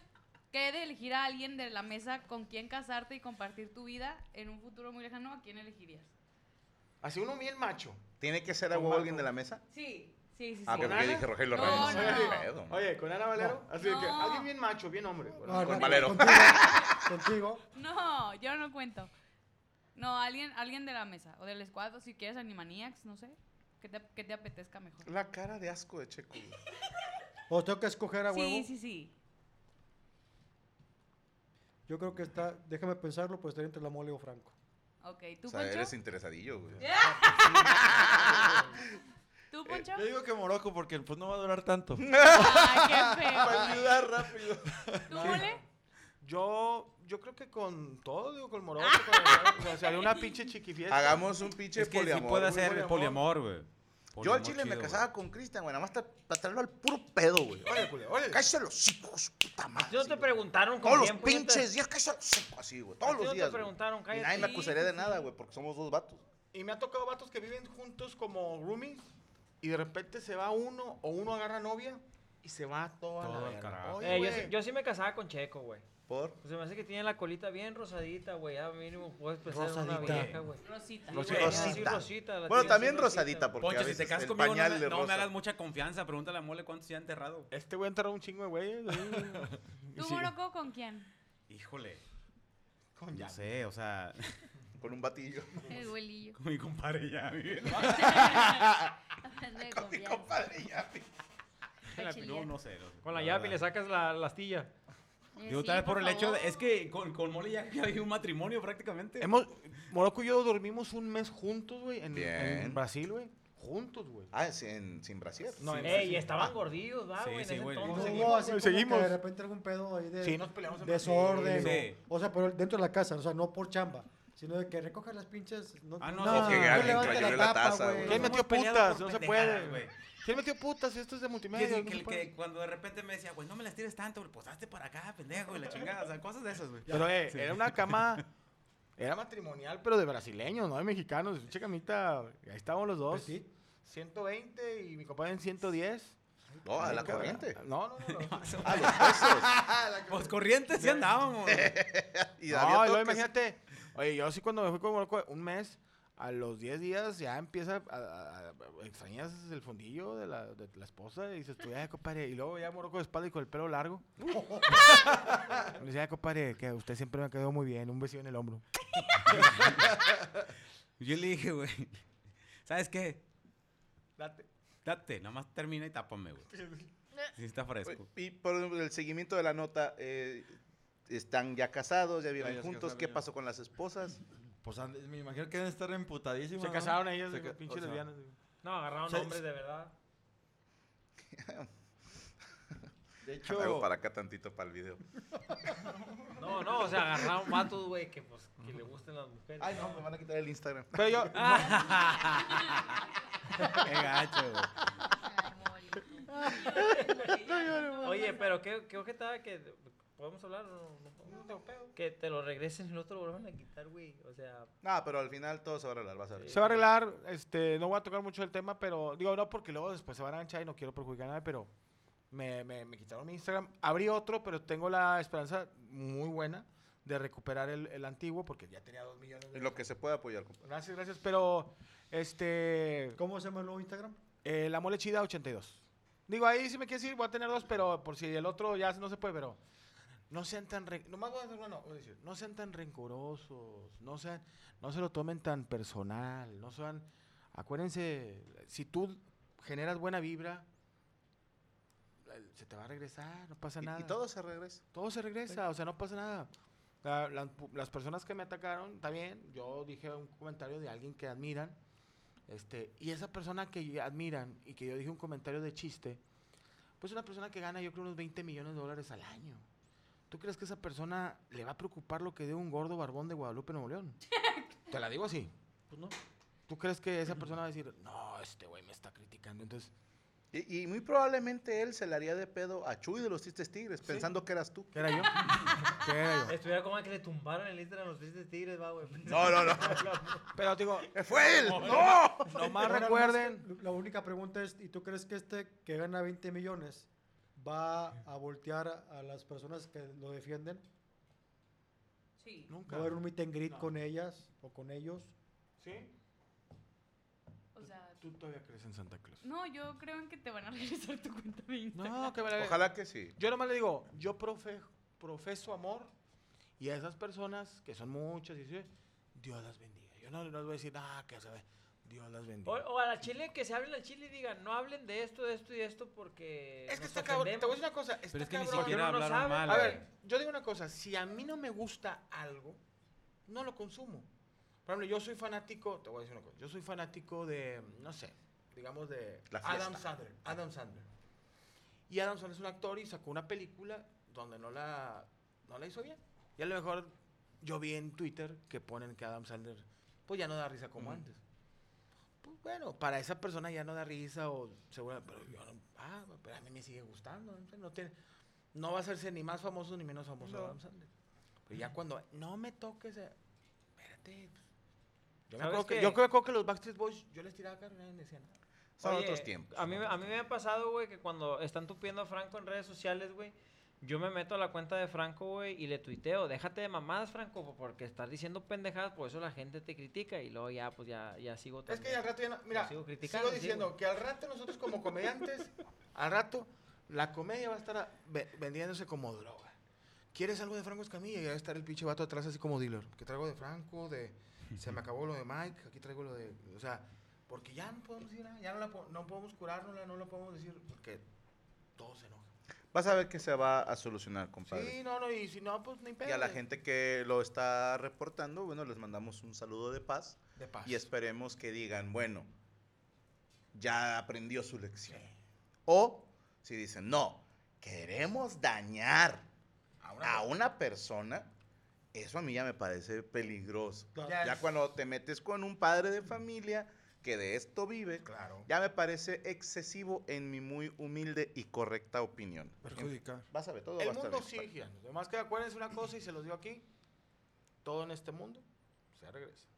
[SPEAKER 8] que elegir a alguien de la mesa con quien casarte y compartir tu vida en un futuro muy lejano, ¿a quién elegirías?
[SPEAKER 2] Así uno bien macho.
[SPEAKER 4] ¿Tiene que ser a huevo alguien de la mesa?
[SPEAKER 8] Sí, sí, sí.
[SPEAKER 4] Ah,
[SPEAKER 8] sí.
[SPEAKER 4] pero yo dije Rogelio
[SPEAKER 8] No,
[SPEAKER 4] Reyes.
[SPEAKER 8] no,
[SPEAKER 4] Qué
[SPEAKER 8] no.
[SPEAKER 4] pedo, man.
[SPEAKER 2] Oye, con Ana Valero, así de que
[SPEAKER 8] No.
[SPEAKER 2] alguien bien macho, bien hombre.
[SPEAKER 3] No, no,
[SPEAKER 4] Con Valero.
[SPEAKER 3] Contigo. contigo.
[SPEAKER 8] No, yo no cuento. No, alguien, alguien de la mesa o del squad, o si quieres Animaniacs, no sé. ¿Qué te, qué te apetezca mejor?
[SPEAKER 4] La cara de asco de Checo. güey.
[SPEAKER 3] O tengo que escoger a huevo.
[SPEAKER 8] Sí, sí, sí.
[SPEAKER 3] Yo creo que está, déjame pensarlo, pues estaría entre la mole o Franco.
[SPEAKER 8] Ok, ¿tú,
[SPEAKER 4] O sea,
[SPEAKER 8] Poncho?
[SPEAKER 4] eres interesadillo, güey.
[SPEAKER 8] ¿Tú, Poncho?
[SPEAKER 10] Yo digo que Morocco porque pues no va a durar tanto.
[SPEAKER 8] Ay, qué feo.
[SPEAKER 4] Para ayudar rápido.
[SPEAKER 8] ¿Tú, Mole?
[SPEAKER 2] Yo, yo creo que con todo, digo, con Morocco, con el, o sea, haría una pinche chiquifiesta.
[SPEAKER 4] Hagamos un pinche
[SPEAKER 5] Es que sí
[SPEAKER 4] poliamor.
[SPEAKER 5] puede
[SPEAKER 4] güey.
[SPEAKER 5] hacer el poliamor, güey.
[SPEAKER 4] Yo al
[SPEAKER 5] Poliamor
[SPEAKER 4] chile me
[SPEAKER 5] chido,
[SPEAKER 4] casaba con Cristian, güey. Nada más para traerlo al puro pedo, güey.
[SPEAKER 2] Órale, culé, órale.
[SPEAKER 4] Cállate los hijos, puta madre.
[SPEAKER 6] Si no te preguntaron con
[SPEAKER 4] Todos los
[SPEAKER 6] quién, puñetas.
[SPEAKER 4] pinches días, cállate los hijos. Así, güey.
[SPEAKER 6] A
[SPEAKER 4] Todos
[SPEAKER 6] ti
[SPEAKER 4] los
[SPEAKER 6] no te
[SPEAKER 4] días. güey.
[SPEAKER 6] preguntaron,
[SPEAKER 4] Y nadie
[SPEAKER 6] cállate.
[SPEAKER 4] me
[SPEAKER 6] Sí,
[SPEAKER 4] acusaría de
[SPEAKER 6] sí,
[SPEAKER 4] nada, güey, porque somos dos vatos.
[SPEAKER 2] Y me ha tocado vatos que viven juntos como roomies y de repente se va uno o uno agarra novia y se va toda
[SPEAKER 5] Todo
[SPEAKER 2] la
[SPEAKER 5] al
[SPEAKER 2] verga.
[SPEAKER 5] carajo.
[SPEAKER 2] Oye,
[SPEAKER 6] Eh, yo,
[SPEAKER 2] güey,
[SPEAKER 6] sí- yo sí me casaba con Checo, güey.
[SPEAKER 4] ¿Por?
[SPEAKER 6] Pues se me hace que tiene la colita bien rosadita, güey. Ya mínimo puedes pensar en una
[SPEAKER 3] Rosadita.
[SPEAKER 6] vieja, güey.
[SPEAKER 8] Rosita.
[SPEAKER 6] Sí,
[SPEAKER 4] Rosita.
[SPEAKER 6] güey, así
[SPEAKER 4] Rosita.
[SPEAKER 6] rosita, la
[SPEAKER 4] Bueno,
[SPEAKER 6] tiene
[SPEAKER 4] también
[SPEAKER 6] así rosita.
[SPEAKER 4] rosadita, porque a
[SPEAKER 5] Poncho, si
[SPEAKER 4] veces
[SPEAKER 5] te casas
[SPEAKER 4] el
[SPEAKER 5] conmigo, no,
[SPEAKER 4] pañal
[SPEAKER 5] me,
[SPEAKER 4] de
[SPEAKER 5] no me
[SPEAKER 4] rosa.
[SPEAKER 5] hagas mucha confianza. Pregúntale a Mole cuántos ya han enterrado.
[SPEAKER 2] Este güey enterró un chingo de güeyes. ahí.
[SPEAKER 8] ¿Tú,
[SPEAKER 2] Sí.
[SPEAKER 8] Morocco, con quién?
[SPEAKER 5] Híjole.
[SPEAKER 2] Con
[SPEAKER 5] Ya
[SPEAKER 2] ya.
[SPEAKER 5] sé, o sea.
[SPEAKER 4] Con un batillo.
[SPEAKER 7] El güelillo.
[SPEAKER 5] Con mi compadre Yavi.
[SPEAKER 7] Hablando de
[SPEAKER 4] Con mi
[SPEAKER 7] confianza.
[SPEAKER 4] compadre Yavi.
[SPEAKER 5] La-
[SPEAKER 7] Está chileando.
[SPEAKER 5] no, no sé, no sé.
[SPEAKER 6] Con la llave y le sacas la, la astilla.
[SPEAKER 7] Eh,
[SPEAKER 5] Digo, tal vez por, el hecho de. Es que con, con Mole ya ya había un matrimonio prácticamente.
[SPEAKER 4] Em,
[SPEAKER 2] Hemos, Morocco y yo dormimos un mes juntos, güey, en, en
[SPEAKER 4] Bien.
[SPEAKER 2] Brasil, güey. Juntos, güey.
[SPEAKER 4] Ah, es en, sin brasier.
[SPEAKER 2] No, en
[SPEAKER 6] Ey,
[SPEAKER 2] Brasil.
[SPEAKER 6] estaban
[SPEAKER 2] Ah.
[SPEAKER 6] gordillos, va,
[SPEAKER 2] Sí,
[SPEAKER 6] güey.
[SPEAKER 2] sí,
[SPEAKER 6] en ese
[SPEAKER 2] güey. Seguimos,
[SPEAKER 6] entonces.
[SPEAKER 3] Seguimos, así
[SPEAKER 2] güey,
[SPEAKER 3] seguimos.
[SPEAKER 2] seguimos.
[SPEAKER 3] de repente algún pedo ahí de
[SPEAKER 2] Sí, nos peleamos en
[SPEAKER 3] desorden.
[SPEAKER 2] Brasil.
[SPEAKER 3] O, o sea, pero dentro de la casa, o sea, no por chamba, sino de que recoja las pinches. No,
[SPEAKER 5] Ah, no,
[SPEAKER 3] no,
[SPEAKER 5] no, que alguien
[SPEAKER 3] levante
[SPEAKER 5] cayó en la taza, güey.
[SPEAKER 3] ¿Quién
[SPEAKER 5] No,
[SPEAKER 3] metió
[SPEAKER 5] no, peleado
[SPEAKER 3] putas?
[SPEAKER 5] por
[SPEAKER 3] No se
[SPEAKER 5] pendejadas,
[SPEAKER 3] puede.
[SPEAKER 5] güey.
[SPEAKER 2] ¿Quién metió putas? Esto es de multimedia.
[SPEAKER 5] Que-
[SPEAKER 2] no
[SPEAKER 5] que-
[SPEAKER 2] se puede.
[SPEAKER 5] que cuando de repente me decía, güey, no me las tires tanto, pues hazte para acá, pendejo, y la chingada, o sea, cosas de esas, güey.
[SPEAKER 2] Pero eh,
[SPEAKER 5] Sí.
[SPEAKER 2] era una cama. Era matrimonial, pero de brasileños, no de mexicanos. Pinche camita. Ahí estábamos los dos. 120 y mi compadre en 110.
[SPEAKER 4] No, a
[SPEAKER 2] Ay,
[SPEAKER 4] la
[SPEAKER 2] cabrón.
[SPEAKER 4] corriente.
[SPEAKER 2] No, no, no. no.
[SPEAKER 4] A los pesos.
[SPEAKER 5] Pues corrientes sí andábamos.
[SPEAKER 4] y
[SPEAKER 2] no,
[SPEAKER 4] había
[SPEAKER 2] y luego
[SPEAKER 4] toques.
[SPEAKER 2] imagínate. Oye, yo sí cuando me fui con Morocco un mes, a los 10 días ya empieza a, a- a- extrañas el fondillo de la, de la esposa y dices, tú ya, compadre. Y luego ya Morocco de espalda y con el pelo largo. Me decía, compadre, que usted siempre me ha quedado muy bien, un besillo en el hombro.
[SPEAKER 5] Yo le dije, güey, ¿sabes qué?
[SPEAKER 2] Date.
[SPEAKER 5] Date, nomás termina y tápame, güey. Sí, está fresco.
[SPEAKER 4] Y por el seguimiento de la nota, eh, están ya casados, ya viven
[SPEAKER 10] Ya, ya se
[SPEAKER 4] juntos.
[SPEAKER 10] casaron
[SPEAKER 4] ¿Qué
[SPEAKER 10] ya.
[SPEAKER 4] pasó con las esposas?
[SPEAKER 10] Pues and- me imagino que deben estar emputadísimas.
[SPEAKER 2] Se
[SPEAKER 10] ¿no?
[SPEAKER 2] casaron ellas,
[SPEAKER 10] Se
[SPEAKER 2] güey,
[SPEAKER 10] ca-
[SPEAKER 2] pinches
[SPEAKER 10] o sea,
[SPEAKER 2] lesbianas.
[SPEAKER 6] No, agarraron
[SPEAKER 10] Sí,
[SPEAKER 6] hombres
[SPEAKER 10] sí.
[SPEAKER 6] de verdad.
[SPEAKER 10] De hecho,
[SPEAKER 4] Algo Ah, para acá tantito para el video.
[SPEAKER 6] No, no, o sea, agarraron vatos, güey, que pues que le gusten las mujeres.
[SPEAKER 4] Ay, no, me van a quitar el Instagram.
[SPEAKER 2] Pero yo.
[SPEAKER 5] Qué gacho, güey.
[SPEAKER 6] Oye, pero qué, qué ojetada que. ¿Podemos hablar? No, no, no tengo pedo. Que te lo regresen y no te lo vuelvan a quitar, güey. O sea,
[SPEAKER 4] No, pero al final todo se va a arreglar, vas a ver.
[SPEAKER 2] Se va a arreglar, este, no voy a tocar mucho el tema, pero digo, no, porque luego después se van a anchar y no quiero perjudicar nada, pero me, me- me quitaron mi Instagram. Abrí otro, pero tengo la esperanza muy buena de recuperar el, el antiguo, porque ya tenía dos millones de...
[SPEAKER 4] Lo que se puede apoyar, compadre.
[SPEAKER 2] Gracias, gracias, pero, este,
[SPEAKER 3] ¿Cómo se llama el nuevo Instagram?
[SPEAKER 2] eh, la mole chida 82. Digo, ahí si me quieres ir, voy a tener dos, pero por si el otro ya no se puede, pero... No sean tan... re- Nomás voy a hacer bueno, voy a decir, no sean tan rencorosos, no sean... No se lo tomen tan personal, no sean... Acuérdense, si tú generas buena vibra, eh, se te va a regresar, no pasa
[SPEAKER 4] Y-
[SPEAKER 2] nada.
[SPEAKER 4] Y, todo se regresa.
[SPEAKER 2] Todo se regresa, o sea, no pasa nada. La- la- las personas que me atacaron, también, yo dije un comentario de alguien que admiran, este, y esa persona que ya admiran y que yo dije un comentario de chiste, pues una persona que gana yo creo unos 20 millones de dólares al año. ¿Tú crees que esa persona le va a preocupar lo que dé un gordo barbón de Guadalupe Nuevo León? Te la digo así.
[SPEAKER 3] Pues no.
[SPEAKER 2] ¿Tú crees que esa persona va a decir, no, este güey me está criticando? Entonces,
[SPEAKER 4] Y, y muy probablemente él se le haría de pedo a Chuy de los Tristes Tigres, pensando que eras tú.
[SPEAKER 2] ¿qué era yo? ¿Qué era yo?
[SPEAKER 6] estuviera como que le tumbaron el Instagram a los tristes tigres, va, güey.
[SPEAKER 4] No, no, no.
[SPEAKER 2] Pero digo,
[SPEAKER 4] ¡Fue él! ¡No!
[SPEAKER 10] Ah,
[SPEAKER 2] nomás
[SPEAKER 3] Ahora,
[SPEAKER 2] recuerden.
[SPEAKER 3] La única pregunta es, ¿y tú crees que este que gana 20 millones va a voltear a a las personas que lo defienden?
[SPEAKER 8] Sí.
[SPEAKER 3] ¿Va
[SPEAKER 2] Nunca.
[SPEAKER 3] a haber un meet and greet
[SPEAKER 2] No.
[SPEAKER 3] con ellas o con ellos?
[SPEAKER 2] ¿Sí?
[SPEAKER 8] O sea,
[SPEAKER 2] Tú todavía crees en Santa Claus.
[SPEAKER 8] no, yo creo en que te van a regresar tu cuenta de Instagram.
[SPEAKER 2] No, que me la-
[SPEAKER 4] Ojalá que sí.
[SPEAKER 2] Yo nomás le digo, yo profe- profeso amor y a esas personas, que son muchas, y sí, Dios las bendiga. Yo no, no les voy a decir, ah, que se ve. Dios las bendiga.
[SPEAKER 6] O, o a la chile, que se hablen al chile y digan, no hablen de esto, de esto y de esto porque.
[SPEAKER 2] es que
[SPEAKER 6] nos
[SPEAKER 2] está cabrón. Te
[SPEAKER 6] ofendemos".
[SPEAKER 2] voy a decir una cosa. está
[SPEAKER 5] Pero es que ni
[SPEAKER 2] cabrón.
[SPEAKER 5] siquiera
[SPEAKER 6] no
[SPEAKER 5] hablaron
[SPEAKER 6] sabe.
[SPEAKER 5] mal,
[SPEAKER 2] A
[SPEAKER 5] güey.
[SPEAKER 2] ver, yo digo una cosa. Si a mí no me gusta algo, no lo consumo. Por ejemplo, yo soy fanático, te voy a decir una cosa. Yo soy fanático de, no sé, digamos de
[SPEAKER 4] La
[SPEAKER 2] Adam
[SPEAKER 4] fiesta.
[SPEAKER 2] Sandler. Adam Sandler. Y Adam Sandler es un actor y sacó una película donde no la, no la hizo bien. Y a lo mejor yo vi en Twitter que ponen que Adam Sandler, pues ya no da risa como antes. Pues bueno, para esa persona ya no da risa o seguro, pero yo no, ah, pero a mí me sigue gustando. No, sé, no tiene, no va a hacerse ni más famoso ni menos famoso Adam Sandler. Pero ya cuando, no me toques, eh, espérate. pues. Yo me
[SPEAKER 6] ¿Sabes
[SPEAKER 2] acuerdo que,
[SPEAKER 6] qué?
[SPEAKER 2] yo creo que los Backstreet Boys, yo les tiraba carne y decían,
[SPEAKER 4] Son
[SPEAKER 6] Oye,
[SPEAKER 4] otros tiempos.
[SPEAKER 6] A mí, me- a mí me ha pasado, güey, que cuando están tupiendo a Franco en redes sociales, güey, yo me meto a la cuenta de Franco, güey, y le tuiteo, déjate de mamadas, Franco, porque estás diciendo pendejadas, por eso la gente te critica. Y luego ya, pues ya, ya sigo
[SPEAKER 2] Es que
[SPEAKER 6] también.
[SPEAKER 2] al rato ya no, mira,
[SPEAKER 6] Lo sigo
[SPEAKER 2] sigo,
[SPEAKER 6] criticando, sí,
[SPEAKER 2] diciendo
[SPEAKER 6] güey.
[SPEAKER 2] que al rato nosotros como comediantes, al rato la comedia va a estar a- ve- vendiéndose como droga. ¿Quieres algo de Franco Escamilla? Y va a estar el pinche vato atrás así como dealer. Que traigo de Franco, de se me acabó lo de Mike, aquí traigo lo de, o sea, porque ya no podemos decir nada, ya no, la po- no podemos curárnosla, no la podemos decir, porque todo se enoja.
[SPEAKER 4] Vas a ver que se va a solucionar, compadre.
[SPEAKER 2] Sí, no, no, y si no, pues ni pedo.
[SPEAKER 4] Y a la gente que lo está reportando, bueno, les mandamos un saludo de paz.
[SPEAKER 2] De paz.
[SPEAKER 4] Y esperemos que digan, bueno, ya aprendió su lección. O si dicen, no, queremos dañar a una, persona, eso a mí ya me parece peligroso.
[SPEAKER 2] Claro.
[SPEAKER 4] Ya,
[SPEAKER 2] Ya es-
[SPEAKER 4] cuando te metes con un padre de familia que de esto vive, ya me parece excesivo en mi muy humilde y correcta opinión.
[SPEAKER 10] Perjudicar.
[SPEAKER 4] Vas a ver, todo va a
[SPEAKER 2] El
[SPEAKER 4] estar
[SPEAKER 2] mundo
[SPEAKER 4] bien,
[SPEAKER 2] sigue
[SPEAKER 4] compadre.
[SPEAKER 2] girando. Además que acuérdense una cosa y se los digo aquí, todo en este mundo se regresa.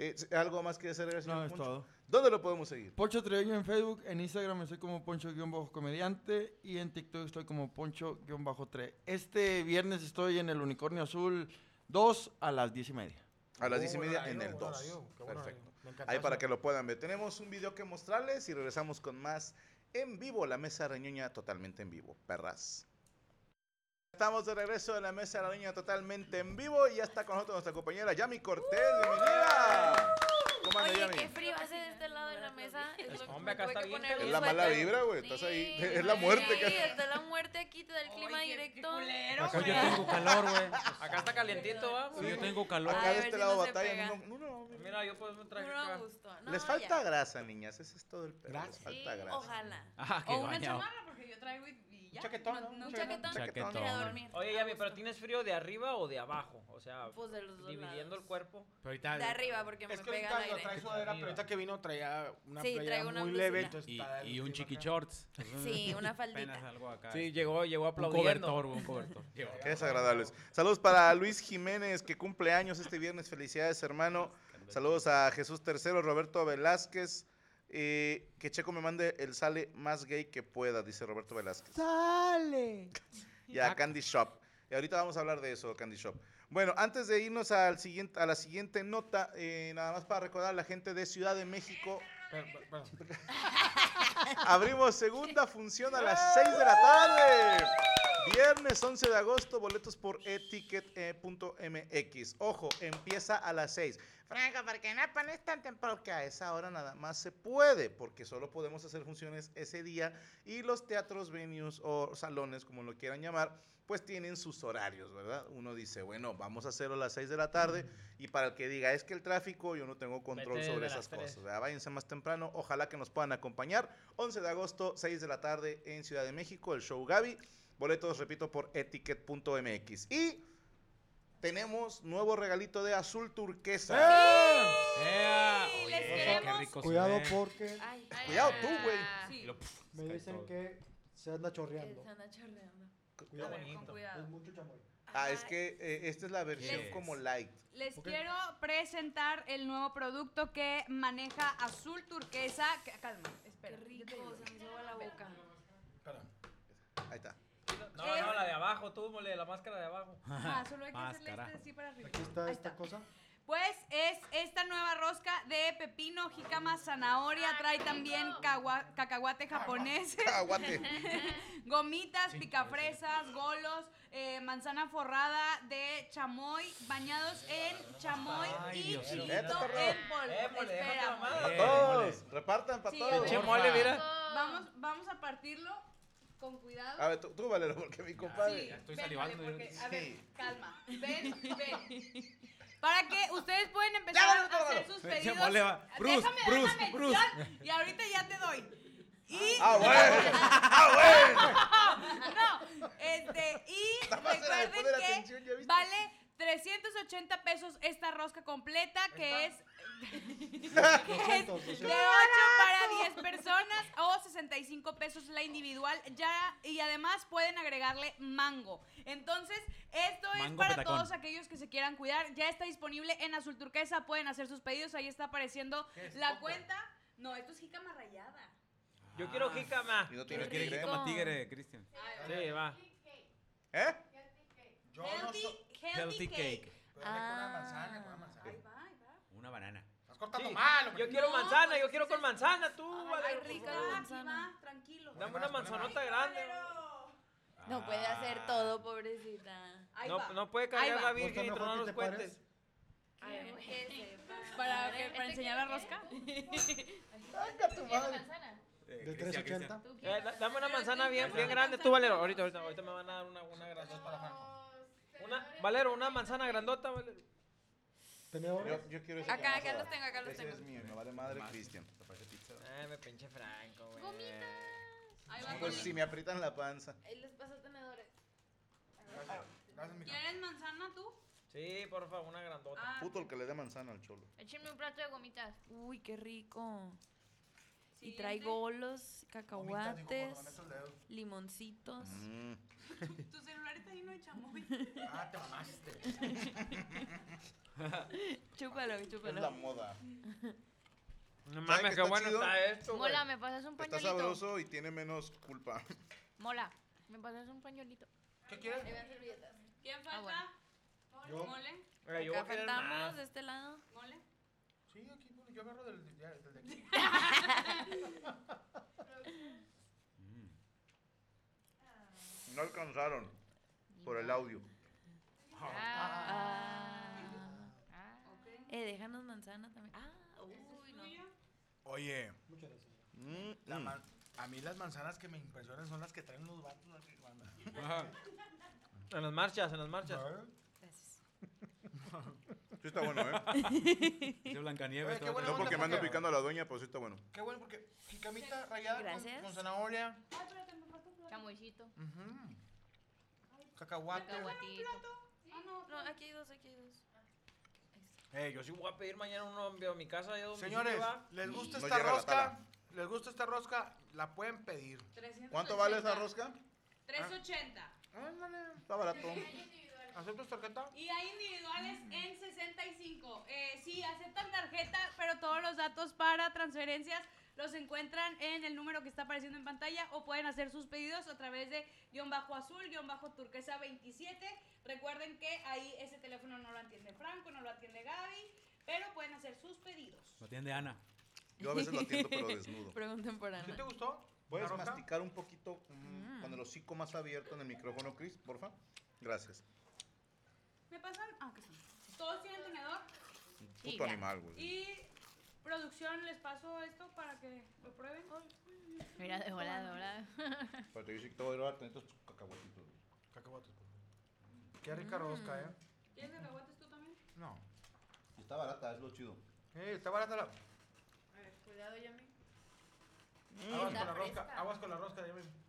[SPEAKER 4] Eh, ¿Algo más que hacer,
[SPEAKER 10] No, es todo.
[SPEAKER 4] ¿Dónde lo podemos seguir?
[SPEAKER 10] Poncho Treviño en Facebook, en Instagram estoy como Poncho-comediante y en TikTok estoy como Poncho-3. Este viernes estoy en el Unicornio Azul 2 a las 10 y media.
[SPEAKER 4] A las 10 y media en el 2. Perfecto. Ahí para que lo puedan ver. Tenemos un video que mostrarles y regresamos con más en vivo. La mesa reñoña totalmente en vivo. Perras. Estamos de regreso en la mesa de la Reñoña totalmente en vivo y ya está con nosotros nuestra compañera Yami Cortés. ¡Bienvenida! ¿Cómo anda,
[SPEAKER 7] ¡Uh! Oye,
[SPEAKER 4] Yami?
[SPEAKER 7] qué frío hace de este lado de la mesa. Es lo
[SPEAKER 6] Hombre, acá está bien.
[SPEAKER 7] que-
[SPEAKER 4] Es la mala vibra, güey. Estás ahí. Es la muerte.
[SPEAKER 7] Sí,
[SPEAKER 4] cara.
[SPEAKER 7] está la muerte aquí, te da el clima directo.
[SPEAKER 6] Acá yo tengo calor, güey. Acá está calientito, vamos.
[SPEAKER 4] Sí,
[SPEAKER 6] yo tengo calor.
[SPEAKER 2] Ah,
[SPEAKER 4] Acá de este lado batalla. no-
[SPEAKER 6] Mira, yo puedo traer acá.
[SPEAKER 7] No,
[SPEAKER 4] Les
[SPEAKER 7] ya.
[SPEAKER 4] falta grasa, niñas. Ese es todo el pedo. Les falta
[SPEAKER 7] Sí,
[SPEAKER 4] grasa.
[SPEAKER 7] ojalá.
[SPEAKER 6] Ah,
[SPEAKER 8] O una chamarra, porque yo traigo y, y ya.
[SPEAKER 4] chaquetón,
[SPEAKER 8] No,
[SPEAKER 4] ¿no?
[SPEAKER 8] no,
[SPEAKER 4] Un
[SPEAKER 8] un
[SPEAKER 4] chaquetón.
[SPEAKER 8] chaquetón.
[SPEAKER 4] Chaquetón.
[SPEAKER 8] Mira, dormir.
[SPEAKER 6] Oye, Yami, pero ¿tienes frío de arriba o de abajo? O
[SPEAKER 4] Ah.
[SPEAKER 6] sea,
[SPEAKER 7] Pues de los dos
[SPEAKER 6] dividiendo
[SPEAKER 7] lados.
[SPEAKER 6] el cuerpo.
[SPEAKER 7] De arriba, porque me
[SPEAKER 2] Es que
[SPEAKER 7] pega
[SPEAKER 2] ahorita
[SPEAKER 7] el aire.
[SPEAKER 2] trae sudadera, pero ahorita que vino traía una
[SPEAKER 7] Sí,
[SPEAKER 2] playera
[SPEAKER 7] traigo una
[SPEAKER 2] muy leve.
[SPEAKER 7] blusita.
[SPEAKER 2] entonces
[SPEAKER 5] Y,
[SPEAKER 2] está el
[SPEAKER 5] y un
[SPEAKER 2] clima
[SPEAKER 5] chiqui
[SPEAKER 2] acá.
[SPEAKER 5] shorts.
[SPEAKER 7] Sí, una faldita.
[SPEAKER 5] Apenas algo acá.
[SPEAKER 6] Sí, llegó, llegó
[SPEAKER 5] Un
[SPEAKER 6] aplaudiendo.
[SPEAKER 5] cobertor, güey, un cobertor. Llegó.
[SPEAKER 4] Qué desagradables. Saludos para Luis Jiménez, que cumple años este viernes. Felicidades, hermano. Saludos a Jesús Tercero, Roberto Velázquez. eh, que Checo me mande el sale más gay que pueda, dice Roberto Velázquez.
[SPEAKER 10] ¡Sale!
[SPEAKER 4] Y a Candy Shop. Y ahorita vamos a hablar de eso, Candy Shop. Bueno, antes de irnos al siguiente, a la siguiente nota, eh, nada más para recordar a la gente de Ciudad de México. Abrimos segunda función a las 6 de la tarde. Viernes 11 de agosto, boletos por e eticket.mx. Ojo, empieza a las 6. Franco, ¿por qué no pones tan temprano? Porque a esa hora nada más se puede, porque solo podemos hacer funciones ese día y los teatros, venues o salones, como lo quieran llamar, pues tienen sus horarios, ¿verdad? Uno dice, bueno, vamos a hacerlo a las 6 de la tarde y para el que diga, es que el tráfico, yo no tengo control
[SPEAKER 6] Vete
[SPEAKER 4] sobre
[SPEAKER 6] de las
[SPEAKER 4] esas
[SPEAKER 6] tres.
[SPEAKER 4] cosas. ¿verdad? Váyanse más temprano, ojalá que nos puedan acompañar. 11 de agosto, 6 de la tarde en Ciudad de México, el show Gaby. Boletos, repito, por eticket.mx. Y tenemos nuevo regalito de azul turquesa.
[SPEAKER 5] ¡Eh!
[SPEAKER 8] les queremos.
[SPEAKER 3] Cuidado porque
[SPEAKER 4] Cuidado tú, güey.
[SPEAKER 3] me dicen que se anda chorreando.
[SPEAKER 7] Se anda chorreando.
[SPEAKER 3] Cuidado.
[SPEAKER 8] Con cuidado.
[SPEAKER 3] Es mucho chamoy.
[SPEAKER 4] Ah, es que eh, esta es la versión
[SPEAKER 3] ¿Qué es?
[SPEAKER 4] como light.
[SPEAKER 8] Les
[SPEAKER 4] Ok.
[SPEAKER 8] quiero presentar el nuevo producto que maneja azul turquesa. que- calma, espera. Qué rico, se me la boca.
[SPEAKER 4] Ahí está.
[SPEAKER 6] No, no, la de abajo, tú, mole, la máscara de abajo.
[SPEAKER 8] Ah, solo hay que
[SPEAKER 6] Más
[SPEAKER 8] hacerle
[SPEAKER 6] carajo.
[SPEAKER 8] este así para arriba.
[SPEAKER 3] Aquí está esta cosa.
[SPEAKER 8] Pues es esta nueva rosca de pepino, jicama, zanahoria.
[SPEAKER 7] Ah,
[SPEAKER 8] Trae también cagua-
[SPEAKER 4] Ah,
[SPEAKER 8] cacahuate japonés.
[SPEAKER 4] Cacahuate.
[SPEAKER 8] Gomitas, picafresas, golos, eh, manzana forrada de chamoy, bañados en chamoy
[SPEAKER 4] Ay,
[SPEAKER 8] y
[SPEAKER 4] Diosito.
[SPEAKER 8] chilito
[SPEAKER 4] Neta, perro.
[SPEAKER 8] en polvo. Espera.
[SPEAKER 4] Para
[SPEAKER 6] Eh,
[SPEAKER 4] todos. Repartan para
[SPEAKER 8] Sí,
[SPEAKER 4] todos.
[SPEAKER 6] Pinche mole, mira.
[SPEAKER 8] Vamos, vamos a partirlo con cuidado.
[SPEAKER 4] A ver, tú, tú, Valero, porque mi compadre.
[SPEAKER 8] Sí, ven, vale, porque- a ver, calma. Ven, ven. Para que ustedes pueden
[SPEAKER 4] Ya,
[SPEAKER 8] empezar
[SPEAKER 4] dale,
[SPEAKER 8] a hacer
[SPEAKER 4] dale.
[SPEAKER 8] sus
[SPEAKER 4] Ven,
[SPEAKER 8] pedidos.
[SPEAKER 4] mole, va. Bruce,
[SPEAKER 8] déjame,
[SPEAKER 4] Bruce,
[SPEAKER 8] déjame.
[SPEAKER 4] Bruce.
[SPEAKER 8] ya, y ahorita ya te doy. Y
[SPEAKER 4] Ah, bueno. Ah, bueno.
[SPEAKER 8] no, este, y recuerden
[SPEAKER 4] poner
[SPEAKER 8] que
[SPEAKER 4] atención, ¿ya viste?
[SPEAKER 8] vale 380 pesos esta rosca completa que es... que es
[SPEAKER 3] 200,
[SPEAKER 8] de 8
[SPEAKER 3] 200.
[SPEAKER 8] para 10 personas o 65 pesos la individual ya y además pueden agregarle mango. Entonces, esto es
[SPEAKER 12] Mango
[SPEAKER 8] para
[SPEAKER 12] petacón.
[SPEAKER 8] todos aquellos que se quieran cuidar. Ya está disponible en Azul Turquesa, pueden hacer sus pedidos, ahí está apareciendo la cuenta. No, esto es jícama rayada.
[SPEAKER 6] Yo quiero jícama.
[SPEAKER 4] Y no
[SPEAKER 5] tiene quiere
[SPEAKER 8] rico.
[SPEAKER 5] jícama tigre, Cristian.
[SPEAKER 6] Sí, va.
[SPEAKER 4] ¿Eh?
[SPEAKER 8] healthy, healthy
[SPEAKER 5] Healthy
[SPEAKER 8] cake.
[SPEAKER 5] cake.
[SPEAKER 8] Ah.
[SPEAKER 7] Ah.
[SPEAKER 2] manzana, con una manzana.
[SPEAKER 5] Una banana.
[SPEAKER 2] Estás cortando
[SPEAKER 6] Sí.
[SPEAKER 2] mal, hombre.
[SPEAKER 6] Yo quiero manzana, yo quiero con manzana, tú,
[SPEAKER 8] pues, Ay,
[SPEAKER 6] Valero. por
[SPEAKER 8] rica
[SPEAKER 6] favor.
[SPEAKER 8] manzana. tranquilo.
[SPEAKER 6] Dame una manzanota grande.
[SPEAKER 7] No puede
[SPEAKER 5] Ah,
[SPEAKER 4] Ah.
[SPEAKER 7] hacer todo, pobrecita.
[SPEAKER 6] No, no puede cargar la virgen y tronar los
[SPEAKER 7] cuentes.
[SPEAKER 6] puentes.
[SPEAKER 8] ver. ¿Para, este que- para enseñar la rosca?
[SPEAKER 4] Saca tu madre.
[SPEAKER 5] eh,
[SPEAKER 3] De 380.
[SPEAKER 6] Eh, da- dame una manzana bien, bien grande, tú, Valero. Ahorita, ahorita, ahorita me van a dar una, una grandota para Franco. Una, Valero, una manzana grandota, Valero.
[SPEAKER 4] Yo, yo quiero ese
[SPEAKER 6] Acá,
[SPEAKER 4] que me vas a
[SPEAKER 6] acá los
[SPEAKER 4] dar.
[SPEAKER 6] tengo, acá los
[SPEAKER 4] Ese
[SPEAKER 6] tengo.
[SPEAKER 4] es mío, me vale madre
[SPEAKER 9] Más.
[SPEAKER 4] Cristian.
[SPEAKER 6] Ay, me pinche Franco, güey.
[SPEAKER 8] Ahí va
[SPEAKER 4] Pues
[SPEAKER 8] con-
[SPEAKER 4] si me aprietan la panza.
[SPEAKER 8] Ahí les paso tenedores.
[SPEAKER 4] Gracias, mija.
[SPEAKER 8] ¿Quieres manzana tú?
[SPEAKER 6] Sí, por favor, una grandota.
[SPEAKER 8] Ah,
[SPEAKER 4] Puto el que le dé manzana al cholo.
[SPEAKER 7] Échenme un plato de gomitas.
[SPEAKER 12] Uy, qué rico. Y
[SPEAKER 7] Siguiente.
[SPEAKER 12] trae golos,
[SPEAKER 4] Gomitas, dijo,
[SPEAKER 12] cacahuates,
[SPEAKER 4] cuando meto el dedo.
[SPEAKER 12] limoncitos.
[SPEAKER 4] Mm.
[SPEAKER 8] Tu celular está lleno de chamoy.
[SPEAKER 4] Ah, te mamaste.
[SPEAKER 12] chúpalo,
[SPEAKER 4] Es
[SPEAKER 12] chúpalo.
[SPEAKER 4] la moda.
[SPEAKER 6] No
[SPEAKER 4] ¿Saben
[SPEAKER 6] mames, qué
[SPEAKER 4] está
[SPEAKER 6] bueno
[SPEAKER 4] chido?
[SPEAKER 6] está esto,
[SPEAKER 7] Mola, me pasas un
[SPEAKER 4] Está
[SPEAKER 7] pañuelito.
[SPEAKER 4] sabroso y tiene menos culpa.
[SPEAKER 7] Mola, me pasas un Ah, pañuelito.
[SPEAKER 8] ¿Qué
[SPEAKER 7] quieres?
[SPEAKER 8] ¿Quién falta?
[SPEAKER 4] Yo.
[SPEAKER 8] ¿Mole?
[SPEAKER 4] Oiga, yo voy a querer más.
[SPEAKER 12] de este lado.
[SPEAKER 8] ¿Mole?
[SPEAKER 2] Sí, aquí, bueno, yo agarro del, del, del de aquí.
[SPEAKER 4] No alcanzaron por el audio.
[SPEAKER 12] Ah. Eh, déjanos manzana también. Ah, uy, no.
[SPEAKER 2] Oye.
[SPEAKER 3] Muchas gracias.
[SPEAKER 4] Mm,
[SPEAKER 2] la man- a mí las manzanas que me impresionan son las que traen los vatos. así, cuando-
[SPEAKER 6] Ajá. En las marchas, en las marchas.
[SPEAKER 12] Gracias.
[SPEAKER 4] Sí está bueno, ¿eh?
[SPEAKER 2] Sí, Blancanieves, Oye, qué todo, buena
[SPEAKER 4] no
[SPEAKER 2] onda,
[SPEAKER 4] porque me ando
[SPEAKER 2] porque-
[SPEAKER 4] picando a la doña, pero sí está bueno.
[SPEAKER 2] Qué bueno, porque jicamita rayada con,
[SPEAKER 7] Gracias.
[SPEAKER 2] con zanahoria,
[SPEAKER 7] Chamoycito.
[SPEAKER 2] cacahuate.
[SPEAKER 7] Cacahuatito.
[SPEAKER 12] No, aquí hay dos, aquí hay dos.
[SPEAKER 6] Eh, yo sí voy a pedir mañana uno envío a mi casa. yo domicilio,
[SPEAKER 2] Señores,
[SPEAKER 6] ¿va?
[SPEAKER 2] ¿les gusta
[SPEAKER 4] No
[SPEAKER 2] esta
[SPEAKER 4] llega la
[SPEAKER 2] rosca?
[SPEAKER 4] tala.
[SPEAKER 2] ¿Les gusta esta rosca? La pueden pedir.
[SPEAKER 8] 380.
[SPEAKER 4] ¿Cuánto vale esa Ah. rosca?
[SPEAKER 8] 380.
[SPEAKER 4] Está barato.
[SPEAKER 2] ¿Aceptas tarjeta?
[SPEAKER 8] Y hay individuales en 65. Eh, sí, aceptan tarjeta, pero todos los datos para transferencias los encuentran en el número que está apareciendo en pantalla o pueden hacer sus pedidos a través de guión bajo azul, guión bajo turquesa 27. Recuerden que ahí ese teléfono no lo atiende Franco, no lo atiende Gaby, pero pueden hacer sus pedidos.
[SPEAKER 5] Lo atiende Ana.
[SPEAKER 4] Yo a veces lo atiendo, pero desnudo.
[SPEAKER 12] Pregunten por
[SPEAKER 2] ¿Sí
[SPEAKER 12] Ana.
[SPEAKER 2] te gustó?
[SPEAKER 4] ¿Puedes
[SPEAKER 2] ¿La rosca?
[SPEAKER 4] masticar un poquito mm,
[SPEAKER 12] Mm.
[SPEAKER 4] con el hocico más abierto en el micrófono, Chris, porfa? Gracias.
[SPEAKER 8] ¿Me pasan? Ah, que son. ¿Todos tienen tenedor?
[SPEAKER 4] Sí, puto ya. animal, güey.
[SPEAKER 8] Y producción, les paso esto para que lo prueben.
[SPEAKER 7] Mira, de volada, de volada.
[SPEAKER 4] Pero te dice que te voy a dar estos cacahuatitos.
[SPEAKER 2] Cacahuates. pues. Qué rica rosca, ¿eh?
[SPEAKER 8] ¿Quieres cacahuates tú también?
[SPEAKER 2] No.
[SPEAKER 4] Y Está barata, es lo chido.
[SPEAKER 2] Eh, está barata la...
[SPEAKER 8] A ver, cuidado, Yami.
[SPEAKER 2] Mm, Aguas con la rosca, aguas con la rosca, ya ven.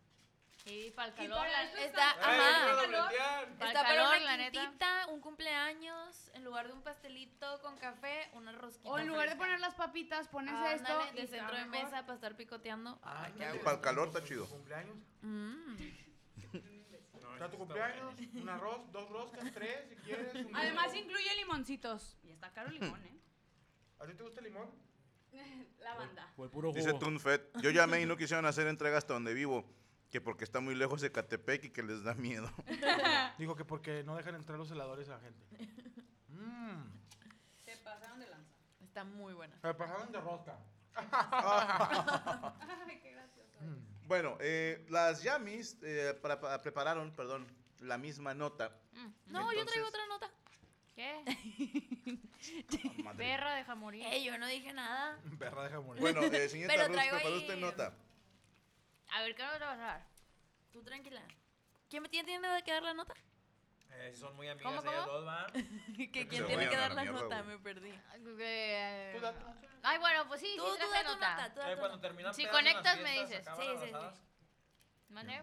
[SPEAKER 7] Y para el
[SPEAKER 12] Y
[SPEAKER 7] calor,
[SPEAKER 12] para
[SPEAKER 7] la
[SPEAKER 12] eso
[SPEAKER 7] neta.
[SPEAKER 12] está,
[SPEAKER 2] Ay,
[SPEAKER 12] ajá.
[SPEAKER 2] no lo voltean.
[SPEAKER 12] Está
[SPEAKER 7] Para el
[SPEAKER 12] para
[SPEAKER 7] calor,
[SPEAKER 12] una
[SPEAKER 7] la neta.
[SPEAKER 12] quintita, un cumpleaños, en lugar de un pastelito con café, una rosquita.
[SPEAKER 8] O en lugar de
[SPEAKER 12] fresca.
[SPEAKER 8] poner las papitas, pones
[SPEAKER 12] Ándale,
[SPEAKER 8] esto.
[SPEAKER 12] de centro de mesa para estar picoteando. Ay, qué
[SPEAKER 4] Y
[SPEAKER 12] hago.
[SPEAKER 4] para el calor está chido.
[SPEAKER 2] ¿Cumpleaños?
[SPEAKER 12] está
[SPEAKER 2] Está tu cumpleaños, un arroz, dos roscas, tres, si quieres. un
[SPEAKER 8] Además
[SPEAKER 2] limón.
[SPEAKER 8] incluye limoncitos. Y está caro el limón,
[SPEAKER 2] ¿A ti te gusta el limón?
[SPEAKER 8] ¿eh? La banda.
[SPEAKER 5] Fue puro
[SPEAKER 4] Dice
[SPEAKER 5] jugo.
[SPEAKER 4] Tunfet, yo llamé y no quisieron hacer entrega hasta donde vivo, que porque está muy lejos de Catepec y que les da miedo.
[SPEAKER 2] Dijo que porque no dejan entrar los heladores a la gente. Mmm.
[SPEAKER 8] Se pasaron de lanza.
[SPEAKER 12] Está muy buena.
[SPEAKER 2] Me pasaron de rosca.
[SPEAKER 8] Ay, qué gracioso.
[SPEAKER 4] Bueno, eh, las Yamis eh, pra- pra- prepararon, perdón, la misma nota.
[SPEAKER 12] No, yo traigo otra nota.
[SPEAKER 7] ¿Qué?
[SPEAKER 4] Ah, madre.
[SPEAKER 7] Perra, deja morir.
[SPEAKER 12] Eh, yo no dije nada.
[SPEAKER 2] Perra, deja morir.
[SPEAKER 4] Bueno, eh, señorita
[SPEAKER 12] Pero
[SPEAKER 4] Ruth,
[SPEAKER 12] traigo
[SPEAKER 4] preparó
[SPEAKER 12] ahí-
[SPEAKER 4] usted nota.
[SPEAKER 7] A ver, ¿qué nos vas a dar?
[SPEAKER 12] Tú tranquila. ¿Quién me tiene, tiene que dar la nota?
[SPEAKER 6] Eh, son muy amigas
[SPEAKER 12] ¿Cómo,
[SPEAKER 6] ellas
[SPEAKER 12] cómo?
[SPEAKER 6] dos, ¿va?
[SPEAKER 12] que
[SPEAKER 6] Se
[SPEAKER 12] quién tiene
[SPEAKER 6] vayan
[SPEAKER 12] que
[SPEAKER 6] a
[SPEAKER 12] dar
[SPEAKER 6] la
[SPEAKER 12] la
[SPEAKER 6] mierda,
[SPEAKER 12] nota,
[SPEAKER 6] güey.
[SPEAKER 12] me perdí.
[SPEAKER 7] Eh, Ay, bueno, pues sí,
[SPEAKER 12] Tú,
[SPEAKER 7] sí
[SPEAKER 12] tú
[SPEAKER 7] traje
[SPEAKER 12] da tu
[SPEAKER 7] nota.
[SPEAKER 12] nota, tú
[SPEAKER 6] Eh, cuando terminan
[SPEAKER 7] Si
[SPEAKER 6] pedas en las
[SPEAKER 7] conectas, me
[SPEAKER 6] fiestas,
[SPEAKER 7] dices.
[SPEAKER 6] acaban
[SPEAKER 7] Sí, Pues
[SPEAKER 6] las
[SPEAKER 7] sí, sí.
[SPEAKER 6] abrazadas.
[SPEAKER 7] ¿Mande?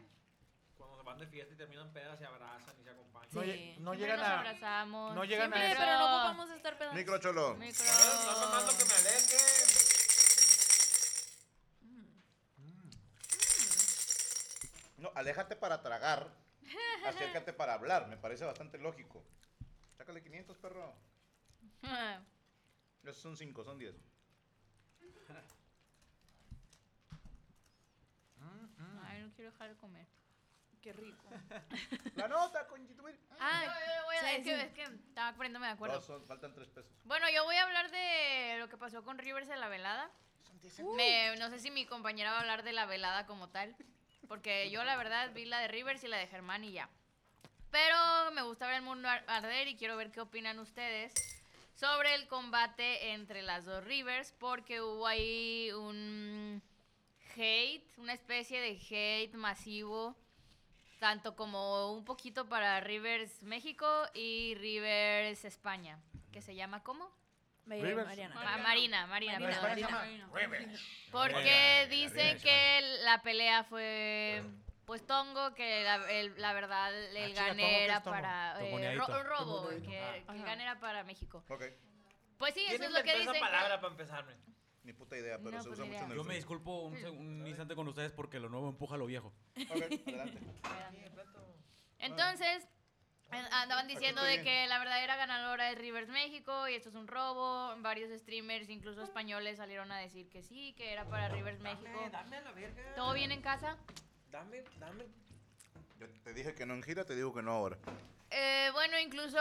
[SPEAKER 6] Cuando se van de fiesta y terminan pedas, se abrazan y se acompañan.
[SPEAKER 2] No, lle- no
[SPEAKER 7] Siempre
[SPEAKER 2] llegan
[SPEAKER 7] nos
[SPEAKER 2] a...
[SPEAKER 7] abrazamos.
[SPEAKER 2] no llegan a
[SPEAKER 7] Siempre,
[SPEAKER 2] eso.
[SPEAKER 7] pero no
[SPEAKER 12] ocupamos estar pedazo.
[SPEAKER 4] Micro cholo.
[SPEAKER 7] Micro.
[SPEAKER 6] Están mamando que me aleje.
[SPEAKER 4] Mm. No, aléjate para tragar, acércate para hablar, me parece bastante lógico. Sácale 500, perro. Esos son 5, son 10.
[SPEAKER 7] Ay,
[SPEAKER 2] Mm.
[SPEAKER 7] no quiero dejar de comer.
[SPEAKER 12] Qué rico.
[SPEAKER 4] La nota, con YouTube.
[SPEAKER 7] Ah, yo, yo voy a,
[SPEAKER 12] sí,
[SPEAKER 7] es, que,
[SPEAKER 12] sí.
[SPEAKER 7] es que estaba poniéndome de acuerdo.
[SPEAKER 4] Dos, son- faltan 3 pesos.
[SPEAKER 7] Bueno, yo voy a hablar de lo que pasó con Rivers en la velada. Me- no sé si mi compañera va a hablar de la velada como tal, porque yo la verdad vi la de Rivers y la de Germán y ya. Pero me gusta ver el mundo ar- arder y quiero ver qué opinan ustedes sobre el combate entre las dos rivers porque hubo ahí un hate, una especie de hate masivo, tanto como un poquito para Rivers México y Rivers España, que se llama ¿cómo?
[SPEAKER 12] Rivers. Mariana.
[SPEAKER 7] Ma- Marina, Ah, Marina,
[SPEAKER 12] Ah, Marina,
[SPEAKER 7] perdón,
[SPEAKER 12] Marina.
[SPEAKER 7] Marina.
[SPEAKER 12] Rivers.
[SPEAKER 7] Porque
[SPEAKER 12] Rivers.
[SPEAKER 7] dicen
[SPEAKER 12] Rivers.
[SPEAKER 7] que la pelea fue pues tongo, que la, el- la verdad el
[SPEAKER 12] Ah, chinga, ¿tongo
[SPEAKER 7] gane
[SPEAKER 12] qué es
[SPEAKER 7] era
[SPEAKER 12] tongo?
[SPEAKER 7] para eh, ro-
[SPEAKER 12] Tongoneadito.
[SPEAKER 7] robo,
[SPEAKER 12] Tongoneadito.
[SPEAKER 7] que,
[SPEAKER 12] Ah.
[SPEAKER 7] que el gane era para México.
[SPEAKER 4] Ok.
[SPEAKER 7] Pues sí, eso
[SPEAKER 6] ¿Quién
[SPEAKER 7] es lo que
[SPEAKER 6] inventó
[SPEAKER 7] dicen.
[SPEAKER 6] esa palabra para empezarme?
[SPEAKER 4] Ni puta idea, pero
[SPEAKER 7] No,
[SPEAKER 4] se
[SPEAKER 7] pues
[SPEAKER 4] usa
[SPEAKER 7] ni
[SPEAKER 4] mucho en el
[SPEAKER 5] Yo me
[SPEAKER 4] sur.
[SPEAKER 5] disculpo un, seg- un instante con ustedes porque lo nuevo empuja a lo viejo.
[SPEAKER 7] Entonces, an- andaban diciendo
[SPEAKER 5] estoy
[SPEAKER 7] de
[SPEAKER 5] bien.
[SPEAKER 7] que la verdadera ganadora es Rivers México y esto es un robo. Varios streamers, incluso españoles, salieron a decir que sí, que era para Rivers México.
[SPEAKER 6] Dame a la verga.
[SPEAKER 7] ¿Todo bien en casa?
[SPEAKER 6] Dame, dame.
[SPEAKER 4] Yo te dije que no en gira, te digo que no ahora.
[SPEAKER 7] Eh, bueno, incluso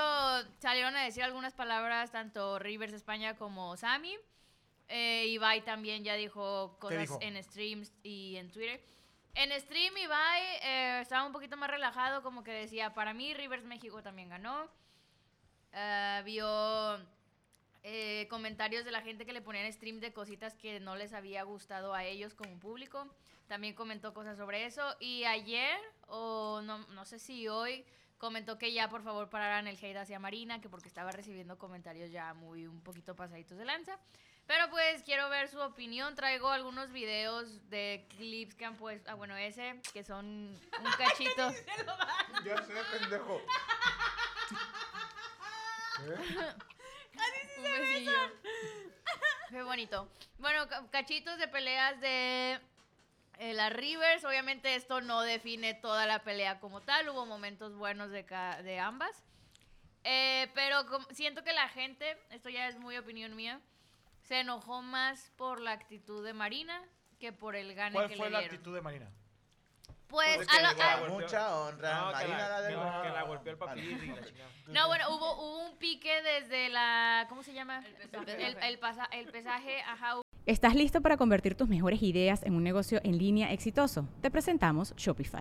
[SPEAKER 7] salieron a decir algunas palabras tanto Rivers España como Sammy. Eh, Ibai también ya dijo cosas
[SPEAKER 13] dijo?
[SPEAKER 7] en streams y en Twitter. En stream Ibai eh, estaba un poquito más relajado, como que decía, para mí Rivers México también ganó. Ah, vio eh, comentarios de la gente que le ponían stream de cositas que no les había gustado a ellos como público. También comentó cosas sobre eso. Y ayer, o no, no sé si hoy, comentó que ya por favor pararan el hate hacia Marina, que porque estaba recibiendo comentarios ya muy un poquito pasaditos de lanza. Pero pues quiero ver su opinión. Traigo algunos videos de clips que han puesto. Ah, bueno, ese, que son un cachito.
[SPEAKER 4] Ya sé, pendejo.
[SPEAKER 7] Un besillo. Qué bonito. Bueno, ca- cachitos de peleas de eh, las Rivers. Obviamente esto no define toda la pelea como tal. Hubo momentos buenos de, ca- de ambas. Eh, pero com- siento que la gente, esto ya es muy opinión mía, se enojó más por la actitud de Marina que por el gane
[SPEAKER 2] ¿Cuál
[SPEAKER 7] que
[SPEAKER 2] fue
[SPEAKER 7] le
[SPEAKER 2] la
[SPEAKER 7] dieron.
[SPEAKER 2] actitud de Marina?
[SPEAKER 7] Pues,
[SPEAKER 4] Pues
[SPEAKER 7] a
[SPEAKER 4] que
[SPEAKER 7] lo-
[SPEAKER 4] le da
[SPEAKER 7] a-
[SPEAKER 4] mucha honra.
[SPEAKER 6] No, que
[SPEAKER 4] Marina
[SPEAKER 6] la-
[SPEAKER 4] la, del
[SPEAKER 6] que la- que la
[SPEAKER 4] barrio.
[SPEAKER 6] golpeó el papirri, la chingada.
[SPEAKER 7] No, bueno, hubo, hubo un pique desde la... ¿Cómo se llama? El
[SPEAKER 12] pesaje.
[SPEAKER 7] El, el pasa- el pesaje, ajá,
[SPEAKER 14] ¿Estás listo para convertir tus mejores ideas en un negocio en línea exitoso? Te presentamos Shopify.